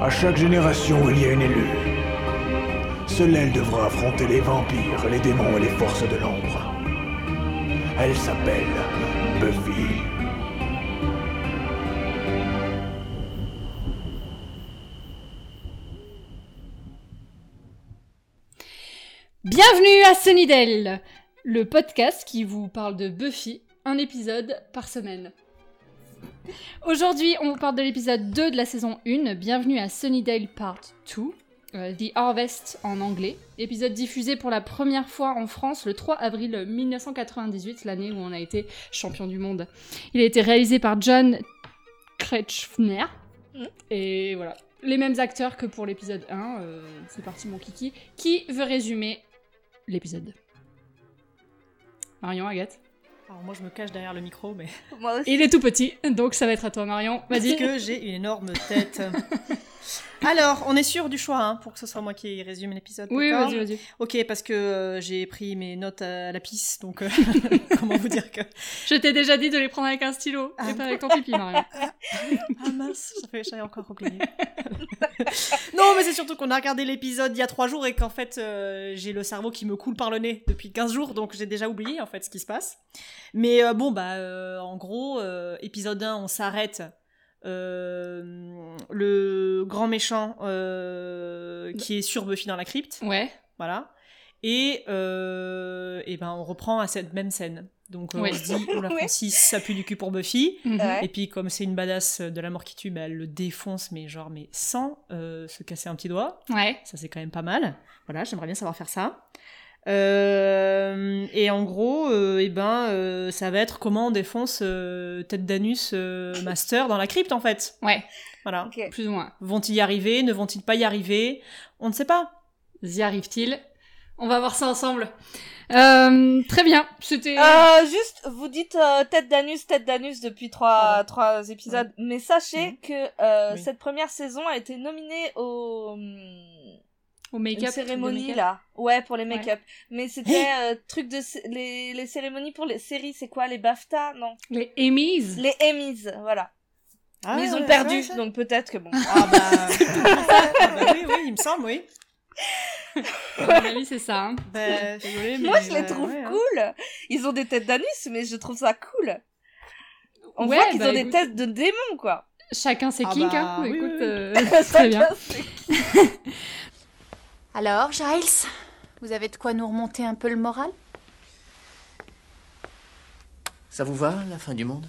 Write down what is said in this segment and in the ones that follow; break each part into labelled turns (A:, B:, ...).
A: À chaque génération, il y a une élue. Seule elle devra affronter les vampires, les démons et les forces de l'ombre. Elle s'appelle Buffy.
B: Bienvenue à Sunnydale, le podcast qui vous parle de Buffy, un épisode par semaine. Aujourd'hui, on vous parle de l'épisode 2 de la saison 1, Bienvenue à Sunnydale Part 2, euh, The Harvest en anglais, épisode diffusé pour la première fois en France le 3 avril 1998, l'année où on a été champion du monde. Il a été réalisé par John Kretschner, et voilà. Les mêmes acteurs que pour l'épisode 1, euh, c'est parti mon kiki. Qui veut résumer l'épisode Marion, Agathe.
C: Alors moi je me cache derrière le micro, mais
D: Moi aussi.
B: Il est tout petit, donc ça va être à toi Marion.
C: parce
B: Vas-y.
C: que j'ai une énorme tête. Alors, on est sûr du choix, hein, pour que ce soit moi qui résume l'épisode.
B: Oui,
C: d'accord
B: vas-y, vas-y.
C: Ok, parce que euh, j'ai pris mes notes à la pisse, donc euh, comment vous dire que...
B: Je t'ai déjà dit de les prendre avec un stylo et pas avec ton pipi, Marion.
C: Ah mince, j'avais j'avais encore oublié. non, mais c'est surtout qu'on a regardé l'épisode il y a trois jours et qu'en fait, euh, j'ai le cerveau qui me coule par le nez depuis 15 jours, donc j'ai déjà oublié en fait ce qui se passe. Mais euh, bon, bah, euh, en gros, euh, épisode 1, on s'arrête. Euh, le grand méchant euh, qui est sur Buffy dans la crypte,
B: Ouais.
C: voilà. Et, euh, et ben on reprend à cette même scène. Donc euh,
B: Oui.
C: on se dit, oh la
D: Oui.
C: Francis, ça pue du cul pour Buffy.
B: Mhm.
D: Ouais.
C: Et puis comme c'est une badass de la mort qui tue, bah, elle le défonce, mais genre mais sans euh, se casser un petit doigt.
B: Ouais.
C: Ça c'est quand même pas mal. Voilà, j'aimerais bien savoir faire ça. Euh, et en gros, euh, eh ben, euh, ça va être comment on défonce euh, tête d'anus euh, master dans la crypte en fait.
B: Ouais.
C: Voilà.
D: Ok.
B: Plus ou moins.
C: Vont-ils y arriver Ne vont-ils pas y arriver On ne sait pas.
B: Y arrive-t-il On va voir ça ensemble. Euh, très bien. C'était.
C: Ah,
D: Euh, juste, vous dites euh, tête d'anus, tête d'anus depuis trois, trois épisodes, mais sachez
C: Mhm.
D: que euh,
C: Oui.
D: cette première saison a été nominée au hum,
B: Au
D: une
B: make-up. le
D: cérémonie
B: make-up.
D: là, ouais pour les
B: Ouais.
D: make-up, mais c'était euh, truc de cé- les, les cérémonies pour les séries, c'est quoi les BAFTA non,
B: Les Emmys.
D: les Emmys, voilà,
C: Ah,
D: mais ils
C: ouais,
D: ont
C: ouais,
D: perdu
C: ouais, ça.
D: donc peut-être que bon,
C: Ah bah... Ah bah oui, oui, il me semble, oui.
B: À mon avis, c'est ça. hein.
C: Bah, désolée,
D: moi
C: mais,
D: je les
C: euh,
D: trouve
C: ouais, hein.
D: cool, ils ont des têtes d'anus mais je trouve ça cool, on
B: Ouais,
D: voit qu'ils
B: bah,
D: ont des
B: écoute.
D: têtes de démons quoi,
B: Chacun ses
C: Ah
B: kinks.
C: bah,
B: hein.
C: oui,
B: Écoute,
C: oui, oui.
B: euh, très bien.
E: Alors, Giles, vous avez de quoi nous remonter un peu le moral
F: Ça vous va, la fin du monde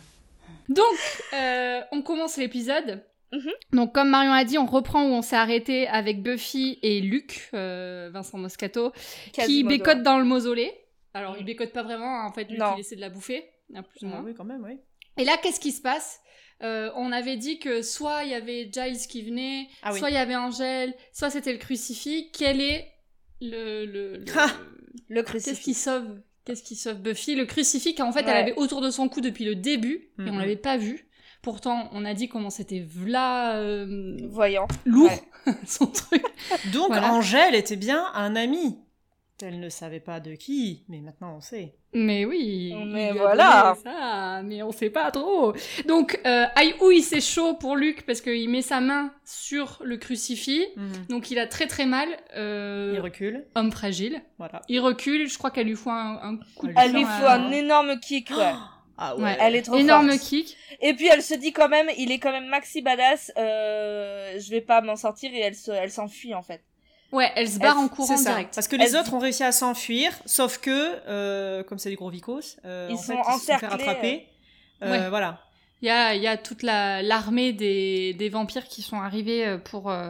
B: Donc, euh, on commence l'épisode.
D: Mhm.
B: Donc, comme Marion a dit, on reprend où on s'est arrêté avec Buffy et Luc, euh, Vincent Moscato, qui
D: Quasimodo.
B: bécote dans le mausolée. Alors, il
D: Mhm.
B: bécote pas vraiment, hein, en fait, Luc,
D: Non.
B: il essaie de la bouffer, hein, plus ou
C: Ah
B: moins.
C: oui, quand même, oui.
B: Et là, qu'est-ce qui se passe Euh, On avait dit que soit il y avait Giles qui venait,
C: Ah oui.
B: soit il y avait Angèle, soit c'était le crucifix. Quel est le... le- le-
C: Ah
D: le
B: Qu'est-ce
D: crucifix.
B: qui sauve Qu'est-ce qui sauve Buffy Le crucifix qu'en fait
D: Ouais.
B: elle avait autour de son cou depuis le début et on
C: Mhm.
B: l'avait pas vu. Pourtant, on a dit comment c'était v'là euh,
D: voyant.
B: lourd
D: Ouais.
B: son truc.
C: Donc
B: Voilà.
C: Angèle était bien un ami. Elle ne savait pas de qui, mais maintenant on sait.
B: Mais oui. il
D: Mais
B: lui a
D: voilà.
B: donné ça, mais on sait pas trop. Donc euh, aïe ouïe, c'est chaud pour Luc parce qu'il met sa main sur le crucifix.
C: Mhm.
B: Donc il a très très mal. euh,
C: Il recule,
B: homme fragile.
C: voilà.
B: Il recule. Je crois qu'elle lui fout un, un coup de
D: Elle lui
B: poing à-
D: faut un énorme kick, ouais.
C: Ah
B: Ouais.
C: ouais.
D: Elle est trop
B: énorme
D: forte.
B: kick.
D: Et puis elle se dit quand même, il est quand même maxi badass, euh, je vais pas m'en sortir et elle se, elle s'enfuit en fait.
B: Ouais, elle se barre
D: Elle-
B: en
C: C'est
B: courant
C: ça.
B: direct.
C: Parce que les
D: Elle-
C: autres ont réussi à s'enfuir, sauf que, euh, comme c'est des gros vicos, euh,
D: Ils
C: en fait,
D: sont
C: ils se sont fait
D: encerclés,
C: rattraper. Euh,
B: Ouais.
C: Voilà.
B: Il y a, il y a toute la- l'armée des, des vampires qui sont arrivés euh, pour, euh,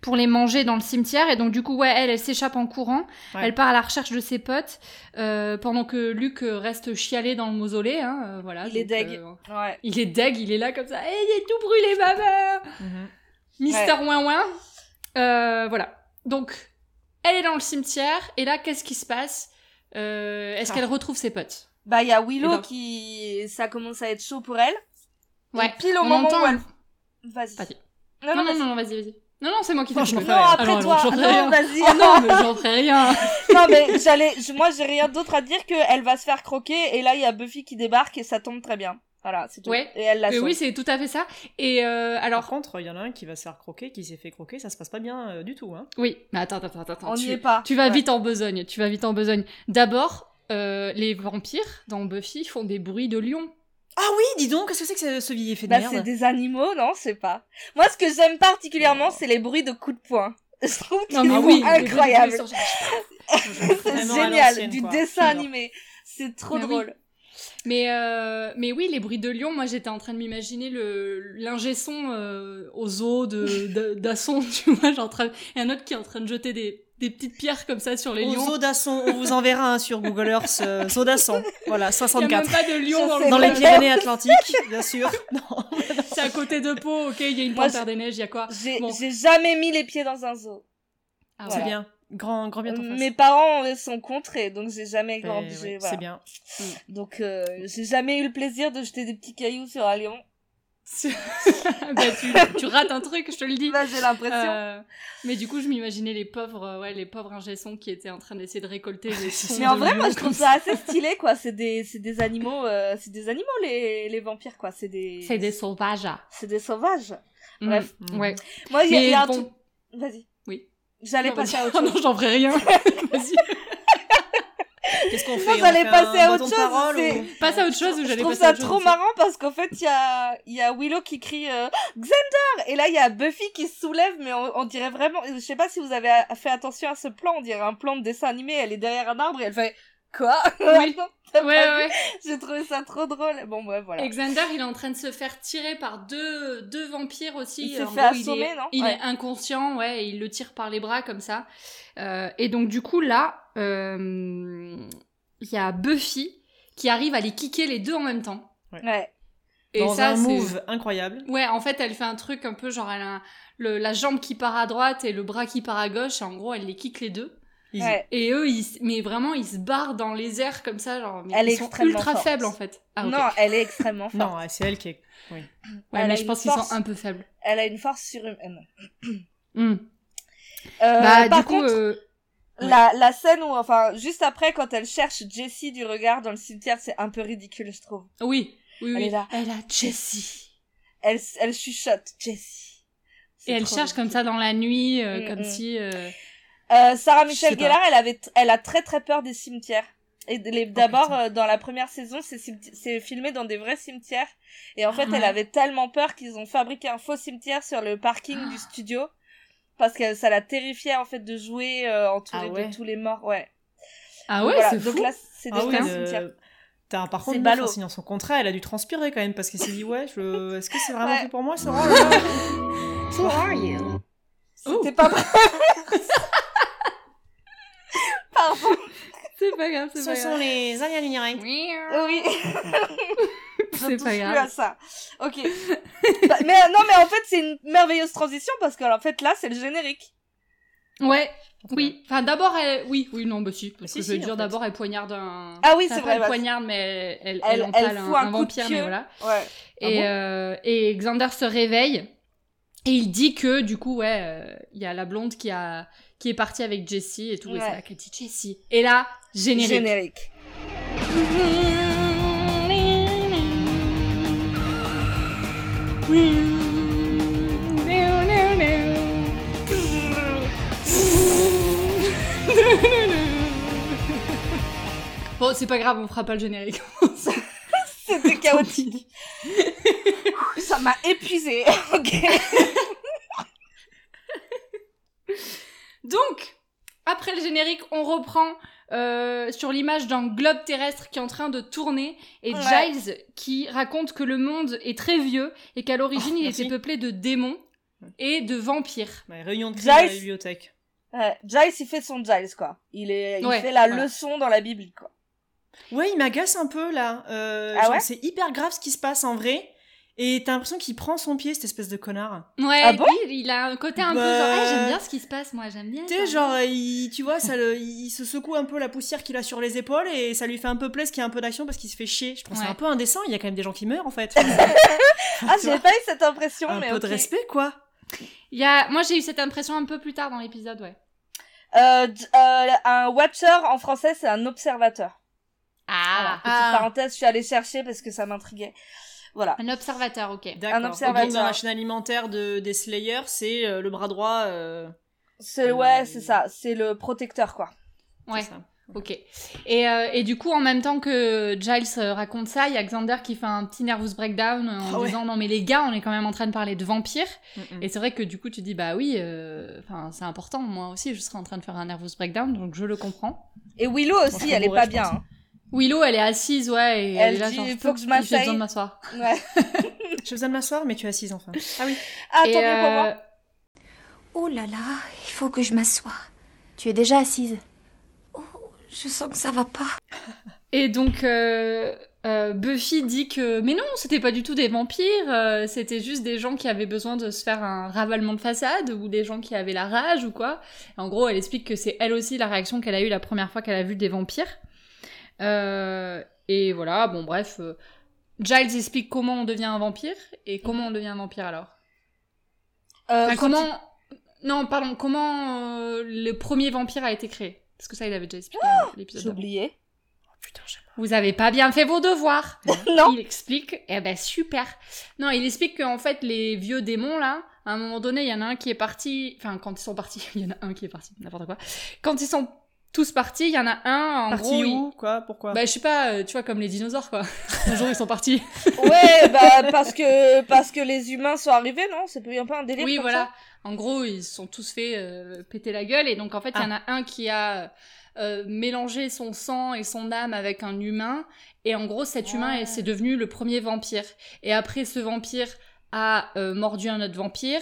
B: pour les manger dans le cimetière. Et donc, du coup, ouais, elle, elle s'échappe en courant.
C: Ouais.
B: Elle part à la recherche de ses potes euh, pendant que Luc euh, reste chialé dans le mausolée. hein, euh, voilà,
D: Il est
B: donc,
D: deg.
B: euh,
D: Ouais.
B: il est deg, il est là comme ça. Eh, il est tout brûlé, maman
C: Mhm.
B: Mister Ouin Ouin. Euh, voilà. Donc, elle est dans le cimetière. Et là, qu'est-ce qui se passe Euh, Est-ce
C: Ah.
B: qu'elle retrouve ses potes
D: Bah il y a
B: Eh
D: Willow
B: ben.
D: qui, ça commence à être chaud pour elle. Et
B: Ouais.
D: pile au
B: On
D: moment
B: entend
D: où
B: un-
D: elle. Vas-y.
B: Vas-y.
D: Ah
B: Non,
D: Non
B: non,
D: vas-y.
B: non, non, vas-y, vas-y. Non, non, c'est moi qui fais
C: Non,
B: le
C: je
B: truc.
C: m'en fais rien.
D: après
B: Alors,
D: toi.
B: j'en ferai rien.
D: Non vas-y.
B: Oh non, mais j'en ferai rien.
D: non mais j'allais, je- moi j'ai rien d'autre à dire que elle va se faire croquer et là il y a Buffy qui débarque et ça tombe très bien. Voilà, c'est tout.
B: Ouais.
D: Et elle la
B: Mais
D: sauve.
B: oui, c'est tout à fait ça. Et euh,
C: Par
B: alors,
C: contre, il y en a un qui va se faire croquer, qui s'est fait croquer, ça se passe pas bien euh, du tout. Hein.
B: oui, mais attends, attends, attends, attends.
D: On n'y
B: tu,
D: est pas.
B: tu vas
D: Ouais.
B: vite en besogne, tu vas vite en besogne. D'abord, euh, les vampires dans Buffy font des bruits de lion.
C: Ah oui, dis donc, qu'est-ce que c'est que ce, ce vieil effet de
D: Bah, c'est
C: merde
D: des animaux, non, c'est pas. Moi, ce que j'aime particulièrement, c'est les bruits de coups de poing. Je trouve qu'ils
B: Non mais
C: Ah
D: sont
B: oui, les bruits de
D: incroyables.
B: lion sur-
D: C'est
C: Vraiment à
D: génial,
C: l'ancienne,
D: du
C: quoi.
D: dessin
C: J'adore.
D: animé. C'est trop
B: Mais oui.
D: drôle.
B: Mais, euh, mais oui, les bruits de lion, moi j'étais en train de m'imaginer le l'ingé son euh, aux zoo de- de- d'Asson, tu vois, genre en train, et un autre qui est en train de jeter des, des petites pierres comme ça sur les
C: Aux
B: lions.
C: Sodasson, on vous enverra un sur Google Earth, euh, Sodasson. Voilà,
B: Il n'y a même
C: 64.
B: pas de lion
D: Je
B: dans
D: sais
B: le
C: Dans les
D: pas.
C: Pyrénées-Atlantiques, bien sûr. Non.
B: C'est à côté de Pau, ok, il y a une
D: Moi,
B: panthère
D: je-
B: des neiges, il y a quoi
D: J'ai
B: Bon.
D: j'ai jamais mis les pieds dans un zoo.
B: Ah,
D: C'est
B: voilà.
C: C'est bien. Grand, grand bien ton
D: Mes parents euh, sont contrés, donc j'ai jamais
B: Ben
D: grandi. j'ai- voilà.
C: C'est bien.
D: Donc euh, j'ai jamais eu le plaisir de jeter des petits cailloux sur un lion.
B: Bah, tu, tu rates un truc, je te le dis.
D: Là, j'ai l'impression.
B: Euh, mais du coup, je m'imaginais les pauvres, euh, ouais, les pauvres ingessons qui étaient en train d'essayer de récolter les sons
D: Mais en
B: de
D: vrai,
B: lions
D: moi, je
B: comme
D: trouve ça assez stylé, quoi. C'est des, c'est des animaux, euh, c'est des animaux, les, les vampires, quoi. C'est des,
B: C'est des sauvages. ah.
D: c'est des sauvages.
B: Mm,
D: Bref.
B: ouais.
D: Moi, il y a, il
B: Mais
D: y a un
B: bon,
D: truc- Vas-y.
B: Oui.
D: J'allais
B: non,
D: passer
B: vas-y.
D: à autre
B: Oh
D: chose.
B: non, j'en ferai rien. Vas-y.
C: Qu'est-ce qu'on
D: Sinon,
C: fait
D: j'allais
C: On fait
D: passer
C: un
D: à
C: bâton
D: autre
C: de
D: chose,
C: parole
D: c'est-
C: ou-
B: Passe à autre chose ou
D: Je
B: j'allais
D: trouve
B: passer
D: ça
B: à autre chose.
D: trop marrant parce qu'en fait, il y a, il y a Willow qui crie euh, Xander Et là, il y a Buffy qui se soulève, mais on, on dirait vraiment. Je sais pas si vous avez a- fait attention à ce plan, on dirait un plan de dessin animé. Elle est derrière un arbre et elle fait Quoi
B: Oui.
D: T'as
B: Ouais,
D: pas vu
B: ouais,
D: J'ai trouvé ça trop drôle. Bon, bref, voilà.
B: ouais. Xander, il est en train de se faire tirer par deux, deux vampires aussi.
D: Il s'est
B: En
D: fait
B: il
D: assommer,
B: est-
D: non
B: Il
D: Ouais.
B: est inconscient, ouais, et il le tire par les bras comme ça. Euh, et donc, du coup, là, euh, il y a Buffy qui arrive à les kicker les deux en même temps.
D: Ouais.
B: Et
C: Dans
B: ça,
C: un
B: c'est-
C: move incroyable.
B: Ouais, en fait, elle fait un truc un peu genre, elle a un- le- la jambe qui part à droite et le bras qui part à gauche, et en gros, elle les kick les deux.
C: Easy.
D: ouais.
B: Et eux, ils, s- mais vraiment, ils se barrent dans les airs comme ça, genre, mais
D: Elle
B: ils
D: est
B: sont
D: extrêmement
B: ultra
D: forte.
B: faibles en fait. Ah, ok.
D: Non, elle est extrêmement forte.
C: Non, ouais, c'est elle qui est.
B: Ouais,
D: elle a
B: mais je
D: une
B: pense qu'ils
D: force.
B: sont un peu faibles.
D: Elle a une force surhumaine.
B: Hmm.
D: Euh,
B: bah,
D: par
B: du coup,
D: contre,
B: euh,
D: la, la scène où, enfin, juste après, quand elle cherche Jessie du regard dans le cimetière, c'est un peu ridicule, je trouve.
B: oui, oui,
D: Elle
B: oui.
D: est là.
B: Elle a Jessie.
D: Elle, elle chuchote Jessie. C'est
B: Et elle
D: trop
B: cherche
D: ridicule.
B: comme ça dans la nuit, euh,
D: Mm,
B: comme
D: mm.
B: si. euh,
D: Euh, Sarah
C: Je sais
D: Michelle
C: pas.
D: Gellar, elle avait, t- elle a très très peur des cimetières. Et de- les-
B: Oh,
D: d'abord, euh, dans la première saison, c'est cimeti- c'est filmé dans des vrais cimetières. Et en fait,
B: Ah ouais.
D: elle avait tellement peur qu'ils ont fabriqué un faux cimetière sur le parking du
B: Ah.
D: studio. Parce que ça la terrifiait, en fait, de jouer euh, entourée
C: Ah ouais.
D: de tous les morts, ouais.
B: Ah
D: Donc
B: ouais,
D: voilà.
B: c'est
D: Donc
B: fou. Euh,
D: là, c'est des
C: Ah oui,
D: vrais
C: le-
D: cimetières.
C: T'as par
D: C'est
C: contre, meuf,
D: ballot.
C: en signant son contrat, elle a dû transpirer quand même parce qu'elle s'est dit Ouais, je... est-ce que c'est vraiment
D: Ouais.
C: fait pour moi ce rôle là
B: Oh,
D: C'était pas vrai. Pardon.
B: c'est pas grave, c'est
C: Ce
B: pas
C: sont
B: grave.
C: les aliens numériques.
B: Miaou.
D: Oui.
B: C'est
D: touche
B: pas
D: plus à
B: grave.
D: ça. Ok. Bah, mais euh, non, mais en fait, c'est une merveilleuse transition parce que en fait là, c'est le générique.
B: Ouais, oui. Enfin, d'abord, elle... oui, oui, non, bah si. Parce
C: Si,
B: que je veux
C: si, en
B: dire,
C: fait.
B: d'abord, elle poignarde un.
D: Ah oui,
B: Enfin,
D: c'est
B: pas
D: vrai.
B: Elle
D: bah,
B: poignarde, mais elle, elle,
D: Elle-
B: empale
D: elle fout
B: un,
D: un coup de Ah
B: vampire,
D: pied.
B: mais voilà.
D: Ouais.
B: Et,
C: bon
B: euh, et Xander se réveille et il dit que du coup, ouais, euh, il y a la blonde qui, a, qui est partie avec Jessie et tout. Et
D: Ouais.
B: c'est là qu'elle dit Jessie. Et là, générique.
D: Générique.
B: Bon, c'est pas grave, on fera pas le générique.
D: C'était chaotique. ça m'a épuisé. ok.
B: Donc, après le générique, on reprend euh, sur l'image d'un globe terrestre qui est en train de tourner et
D: Ouais.
B: Giles qui raconte que le monde est très vieux et qu'à l'origine
C: Oh,
B: il
C: merci.
B: était peuplé de démons et de vampires.
C: Ouais, réunion de crise
D: Giles.
C: à la bibliothèque.
D: Ouais, Giles, il fait son Giles quoi. Il est, il
B: Ouais,
D: fait la
B: voilà.
D: leçon dans la Bible quoi.
C: Ouais, il m'agace un peu là. Euh,
D: Ah
C: genre,
D: ouais
C: c'est hyper grave ce qui se passe en vrai. Et t'as l'impression qu'il prend son pied, cette espèce de connard.
B: Ouais,
D: Ah bon
B: lui, il a un côté un peu genre
C: Bah.
B: Ah, j'aime bien ce qui se passe, moi j'aime bien.
C: Tu
B: ça.
C: sais, genre, euh, il, tu vois, ça le- il se secoue un peu la poussière qu'il a sur les épaules et ça lui fait un peu plaisir qu'il y ait un peu d'action parce qu'il se fait chier. Je pense que
B: Ouais.
C: c'est un peu indécent, il y a quand même des gens qui meurent en fait.
D: Ah,
C: Tu
D: j'ai
C: vois,
D: pas eu cette impression,
C: Un
D: mais
C: peu
D: ok.
C: de respect quoi.
B: Il y a... Moi j'ai eu cette impression un peu plus tard dans l'épisode, ouais.
D: Euh, d- euh, un watcher en français, c'est un observateur.
B: Ah,
D: Ah. Voilà, petite parenthèse, je suis allée chercher parce que ça m'intriguait. Voilà.
B: Un observateur, ok.
C: D'accord.
D: observateur.
C: Ok, dans la chaîne alimentaire de, des Slayers, c'est euh, le bras droit. euh,
D: C'est, ouais, c'est ça. C'est le protecteur, quoi.
C: c'est
B: Ouais,
C: ça.
B: ok. Et, euh, et du coup, en même temps que Giles euh, raconte ça, il y a Xander qui fait un petit nervous breakdown euh, en
C: Ah ouais.
B: disant non mais les gars, on est quand même en train de parler de vampires.
C: Mm-mm.
B: Et c'est vrai que du coup, tu dis bah oui, euh, enfin c'est important. Moi aussi, je serais en train de faire un nervous breakdown, donc je le comprends.
D: Et Willow
C: Moi, je
D: aussi, elle est
C: mourrais,
D: pas
C: je
D: bien.
C: pense.
D: hein.
B: Willow, elle est assise, ouais, et
D: Elle
B: est là,
D: dit,
B: genre, putain,
D: faut que je
B: j'ai
D: m'asseye.
B: besoin de m'asseoir.
D: hein. Ouais.
C: J'ai besoin de m'asseoir, mais tu as 6 enfin. Ah oui.
D: Ah, tant
B: Et,
D: mieux pour moi.
B: euh,
E: Oh là là, il faut que je m'assoie. Tu es déjà assise. Oh, je sens que ça va pas.
B: Et donc, euh, euh, Buffy dit que, mais non, c'était pas du tout des vampires, euh, c'était juste des gens qui avaient besoin de se faire un ravalement de façade, ou des gens qui avaient la rage, ou quoi. En gros, elle explique que c'est elle aussi la réaction qu'elle a eue la première fois qu'elle a vu des vampires. Euh, et voilà, bon, bref. euh, Giles explique comment on devient un vampire, et comment on devient un vampire alors.
D: Euh,
B: Enfin,
D: quand
B: comment. Non, pardon, comment euh, le premier vampire a été créé Parce que ça, il avait déjà expliqué dans
D: il-
B: l'épisode.
D: J'ai
B: d'avant.
D: oublié.
C: Putain, j'aime.
B: Vous avez pas bien fait vos devoirs.
D: Non.
B: Il explique. Eh ben super. Non, il explique qu'en fait les vieux démons là, à un moment donné, il y en a un qui est parti. Enfin, quand ils sont partis, il y en a un qui est parti. N'importe quoi. Quand ils sont tous partis, il y en a un en
C: Parti
B: gros. il-
C: où Quoi Pourquoi
B: Bah je sais pas. euh, Tu vois comme les dinosaures quoi. un jour ils sont partis.
D: Ouais, bah, parce que, parce que les humains sont arrivés, non? C'est pas un peu un délire.
B: Oui
D: comme
B: voilà.
D: ça
B: En gros ils se sont tous fait euh, péter la gueule et donc en fait il y en a un qui a euh, mélangé son sang et son âme avec un humain et en gros cet humain
D: Ouais.
B: c'est devenu le premier vampire et après ce vampire a euh, mordu un autre vampire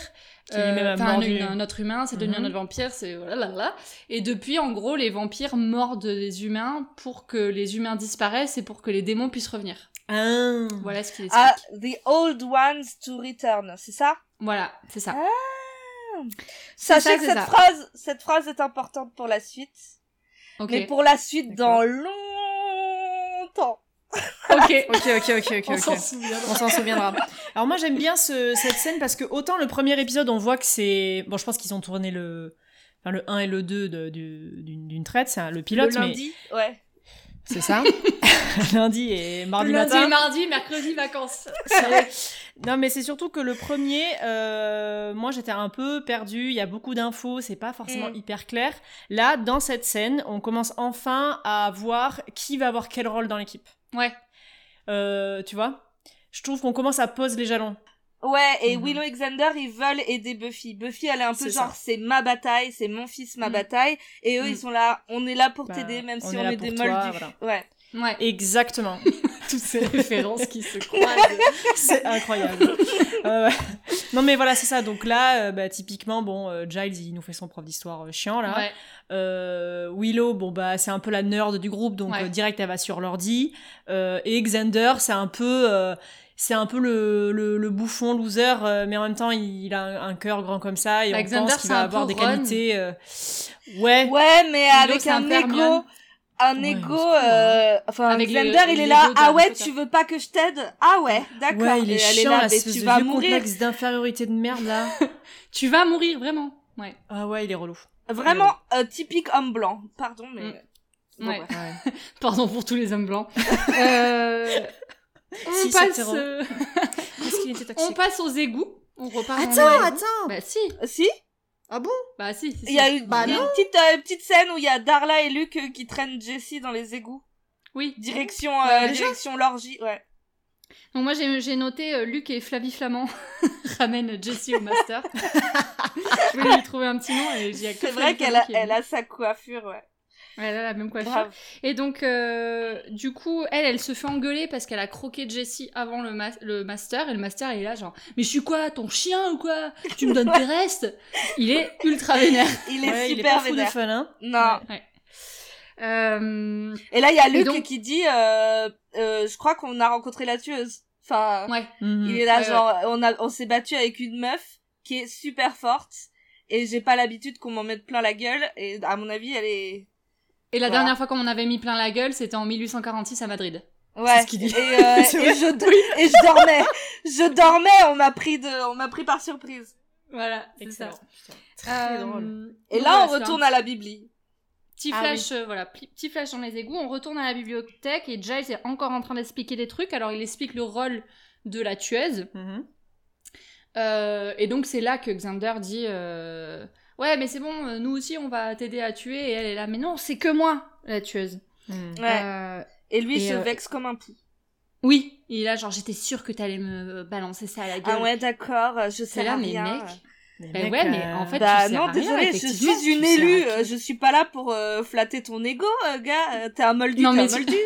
B: euh,
C: Qui lui-même a
B: enfin, un-
C: mordu.
B: un, autre humain c'est devenu
C: Mhm.
B: un autre vampire c'est voilà là là et depuis en gros les vampires mordent les humains pour que les humains disparaissent et pour que les démons puissent revenir
C: Ah.
B: voilà ce qu'il explique
D: Ah, the old ones to return, c'est ça?
B: voilà c'est ça
D: Sachez
B: ça,
D: que
B: c'est
D: cette
B: ça.
D: phrase, cette phrase est importante pour la suite.
B: ok
D: Mais pour la suite dans
C: D'accord.
D: longtemps.
B: ok
C: Ok, ok, ok, ok.
B: on
C: ok.
B: s'en souvient
C: On s'en souviendra. Alors moi j'aime bien ce- cette scène parce que autant le premier épisode on voit que c'est... Bon je pense qu'ils ont tourné le... Enfin, le 1 et le 2 de- du- d'une d'une traite, c'est un- le pilote,
D: le
C: mais
D: lundi, ouais.
C: c'est ça. lundi et mardi
B: Lundi,
C: matin.
B: mardi, mercredi, vacances.
C: Non, mais c'est surtout que le premier, euh, moi j'étais un peu perdue, il y a beaucoup d'infos, c'est pas forcément
D: Mm.
C: hyper clair. Là, dans cette scène, on commence enfin à voir qui va avoir quel rôle dans l'équipe.
B: Ouais.
C: Euh, tu vois Je trouve qu'on commence à poser les jalons.
D: Ouais, et
C: Mhm.
D: Willow et Xander, ils veulent aider Buffy. Buffy, elle est un peu
C: C'est
D: genre,
C: ça.
D: c'est ma bataille, c'est mon fils, ma
B: Mm.
D: bataille. Et eux,
C: Mm.
D: ils sont là, on est là pour
C: Bah,
D: t'aider, même
C: on
D: si
C: est
D: on
C: là
D: est
C: pour
D: des
C: toi,
D: moldus. Ouais.
B: Ouais.
C: Exactement.
B: toutes ces références qui se croisent.
C: C'est incroyable. Euh, non mais voilà, c'est ça. Donc là, euh, bah, typiquement, bon, euh, Giles, il nous fait son prof d'histoire euh, chiant là.
B: Ouais.
C: Euh, Willow, bon bah c'est un peu la nerd du groupe, donc
B: Ouais.
C: euh, direct elle va sur l'ordi. Euh, et Xander, c'est un peu, euh, c'est un peu le, le, le bouffon loser, euh, mais en même temps il, il a un, un cœur grand comme ça et
B: Bah,
C: on
B: Xander,
C: pense
B: c'est
C: qu'il va
B: un
C: avoir
B: peu
C: des
B: Ron.
C: qualités. euh, Ouais.
D: Ouais, mais
B: Willow,
D: avec
B: c'est un
D: un,
B: père mignonne.
D: ego, un
C: Ouais,
D: ego,
C: c'est cool, hein.
D: euh, enfin,
B: Avec
D: Xander,
B: les-
D: il est
B: les
D: là,
B: ego de
D: ah
B: Harry
D: ouais,
B: Potter.
D: tu veux pas que je t'aide? Ah ouais, d'accord.
C: Ouais, il est
D: Et elle est
C: chiant,
D: là, mais
C: l'espèce
D: tu
C: de
D: vas
C: vieux
D: mourir.
C: complexe d'infériorité de merde là.
B: Tu vas mourir, vraiment. Ouais.
C: ah ouais, il est relou.
D: Vraiment, euh, typique homme blanc. Pardon, mais.
B: Mm.
D: Bon,
B: Ouais.
D: bref.
C: Ouais.
B: Pardon pour tous les hommes blancs. Euh, on,
C: Si,
B: passe,
C: c'était
B: euh,
C: Qu'est-ce qu'il était
B: on
C: toxique
B: passe aux égouts. On repart dans
C: Attends,
B: les égouts.
C: attends.
B: Bah si,
D: euh, Si?
B: bah si. si,
D: Il y a
B: si.
D: une,
C: Bah
D: une
C: non.
D: petite, euh, petite scène où il y a Darla et Luke euh, qui traînent Jessie dans les égouts.
B: Oui.
D: Direction,
C: Bah,
D: euh,
C: déjà.
D: direction l'orgie, ouais.
B: Donc moi j'ai j'ai noté euh, Luc et Flavie Flamand ramènent Jessie au master. Je voulais lui trouver un petit nom et j'y ai que
D: C'est
B: Flavie
D: vrai qu'elle
B: Flamand
D: a,
B: qui est-
D: elle a sa coiffure, ouais.
B: Elle a la même coiffure.
D: Grave.
B: Et donc, euh, du coup, elle, elle se fait engueuler parce qu'elle a croqué Jessie avant le, ma- le master. Et le master il est là, genre, mais je suis quoi, ton chien ou quoi Tu me donnes tes restes Il est ultra vénère.
D: Il est
C: Ouais, il est pas
D: super
C: fou du
D: vénère.
C: fun, hein.
D: Non.
B: Ouais. Euh,
D: Et là, il y a Luke
B: donc-
D: qui dit, euh, euh, je crois qu'on a rencontré la tueuse. Enfin,
B: ouais.
C: Mhm.
D: il est là,
B: Mm. Ouais,
D: genre, on, a- on s'est battu avec une meuf qui est super forte. Et j'ai pas l'habitude qu'on m'en mette plein la gueule. Et à mon avis, elle est...
B: Et la
D: Voilà.
B: dernière fois qu'on m'en avait mis plein la gueule, c'était en 1846 à Madrid.
D: Ouais.
C: ce qu'il dit.
D: Et, euh,
C: C'est
D: et je, et je dormais. je dormais, on m'a pris de, on m'a pris par surprise.
B: Voilà,
C: Excellent. Putain, Très
D: Euh,
C: drôle.
D: Et là, on retourne à la Bibli.
B: Petit
C: Ah
B: flash, euh, voilà, pli- petit flash dans les égouts. On retourne à la bibliothèque et Giles est encore en train d'expliquer des trucs. Alors il explique le rôle de la tueuse.
C: Mhm.
B: Euh, et donc c'est là que Xander dit euh, ouais mais c'est bon, euh, nous aussi on va t'aider à tuer et elle est là mais non c'est que moi la tueuse.
C: Mhm.
D: Ouais.
B: Euh,
D: Et lui,
B: Et,
D: se
B: euh,
D: vexe comme un pou.
B: oui, il est là genre j'étais sûre que t'allais me balancer ça à la gueule.
D: Ah ouais, d'accord, je
B: c'est
D: sais
B: là
D: à
B: mais
D: rien.
B: mec.
C: Mais
B: Ben
C: mec,
B: ouais, mais
C: euh,
B: en fait-
D: Bah
B: tu sers
D: non,
B: à rien,
D: désolé, je
B: effectivement,
D: suis une
B: tu sers à
D: élue,
B: tout.
D: euh, je suis pas là pour euh, flatter ton ego, euh, gars, euh, t'es un moldu,
B: Non,
D: t'es
B: mais
D: un
B: tu-
D: moldu.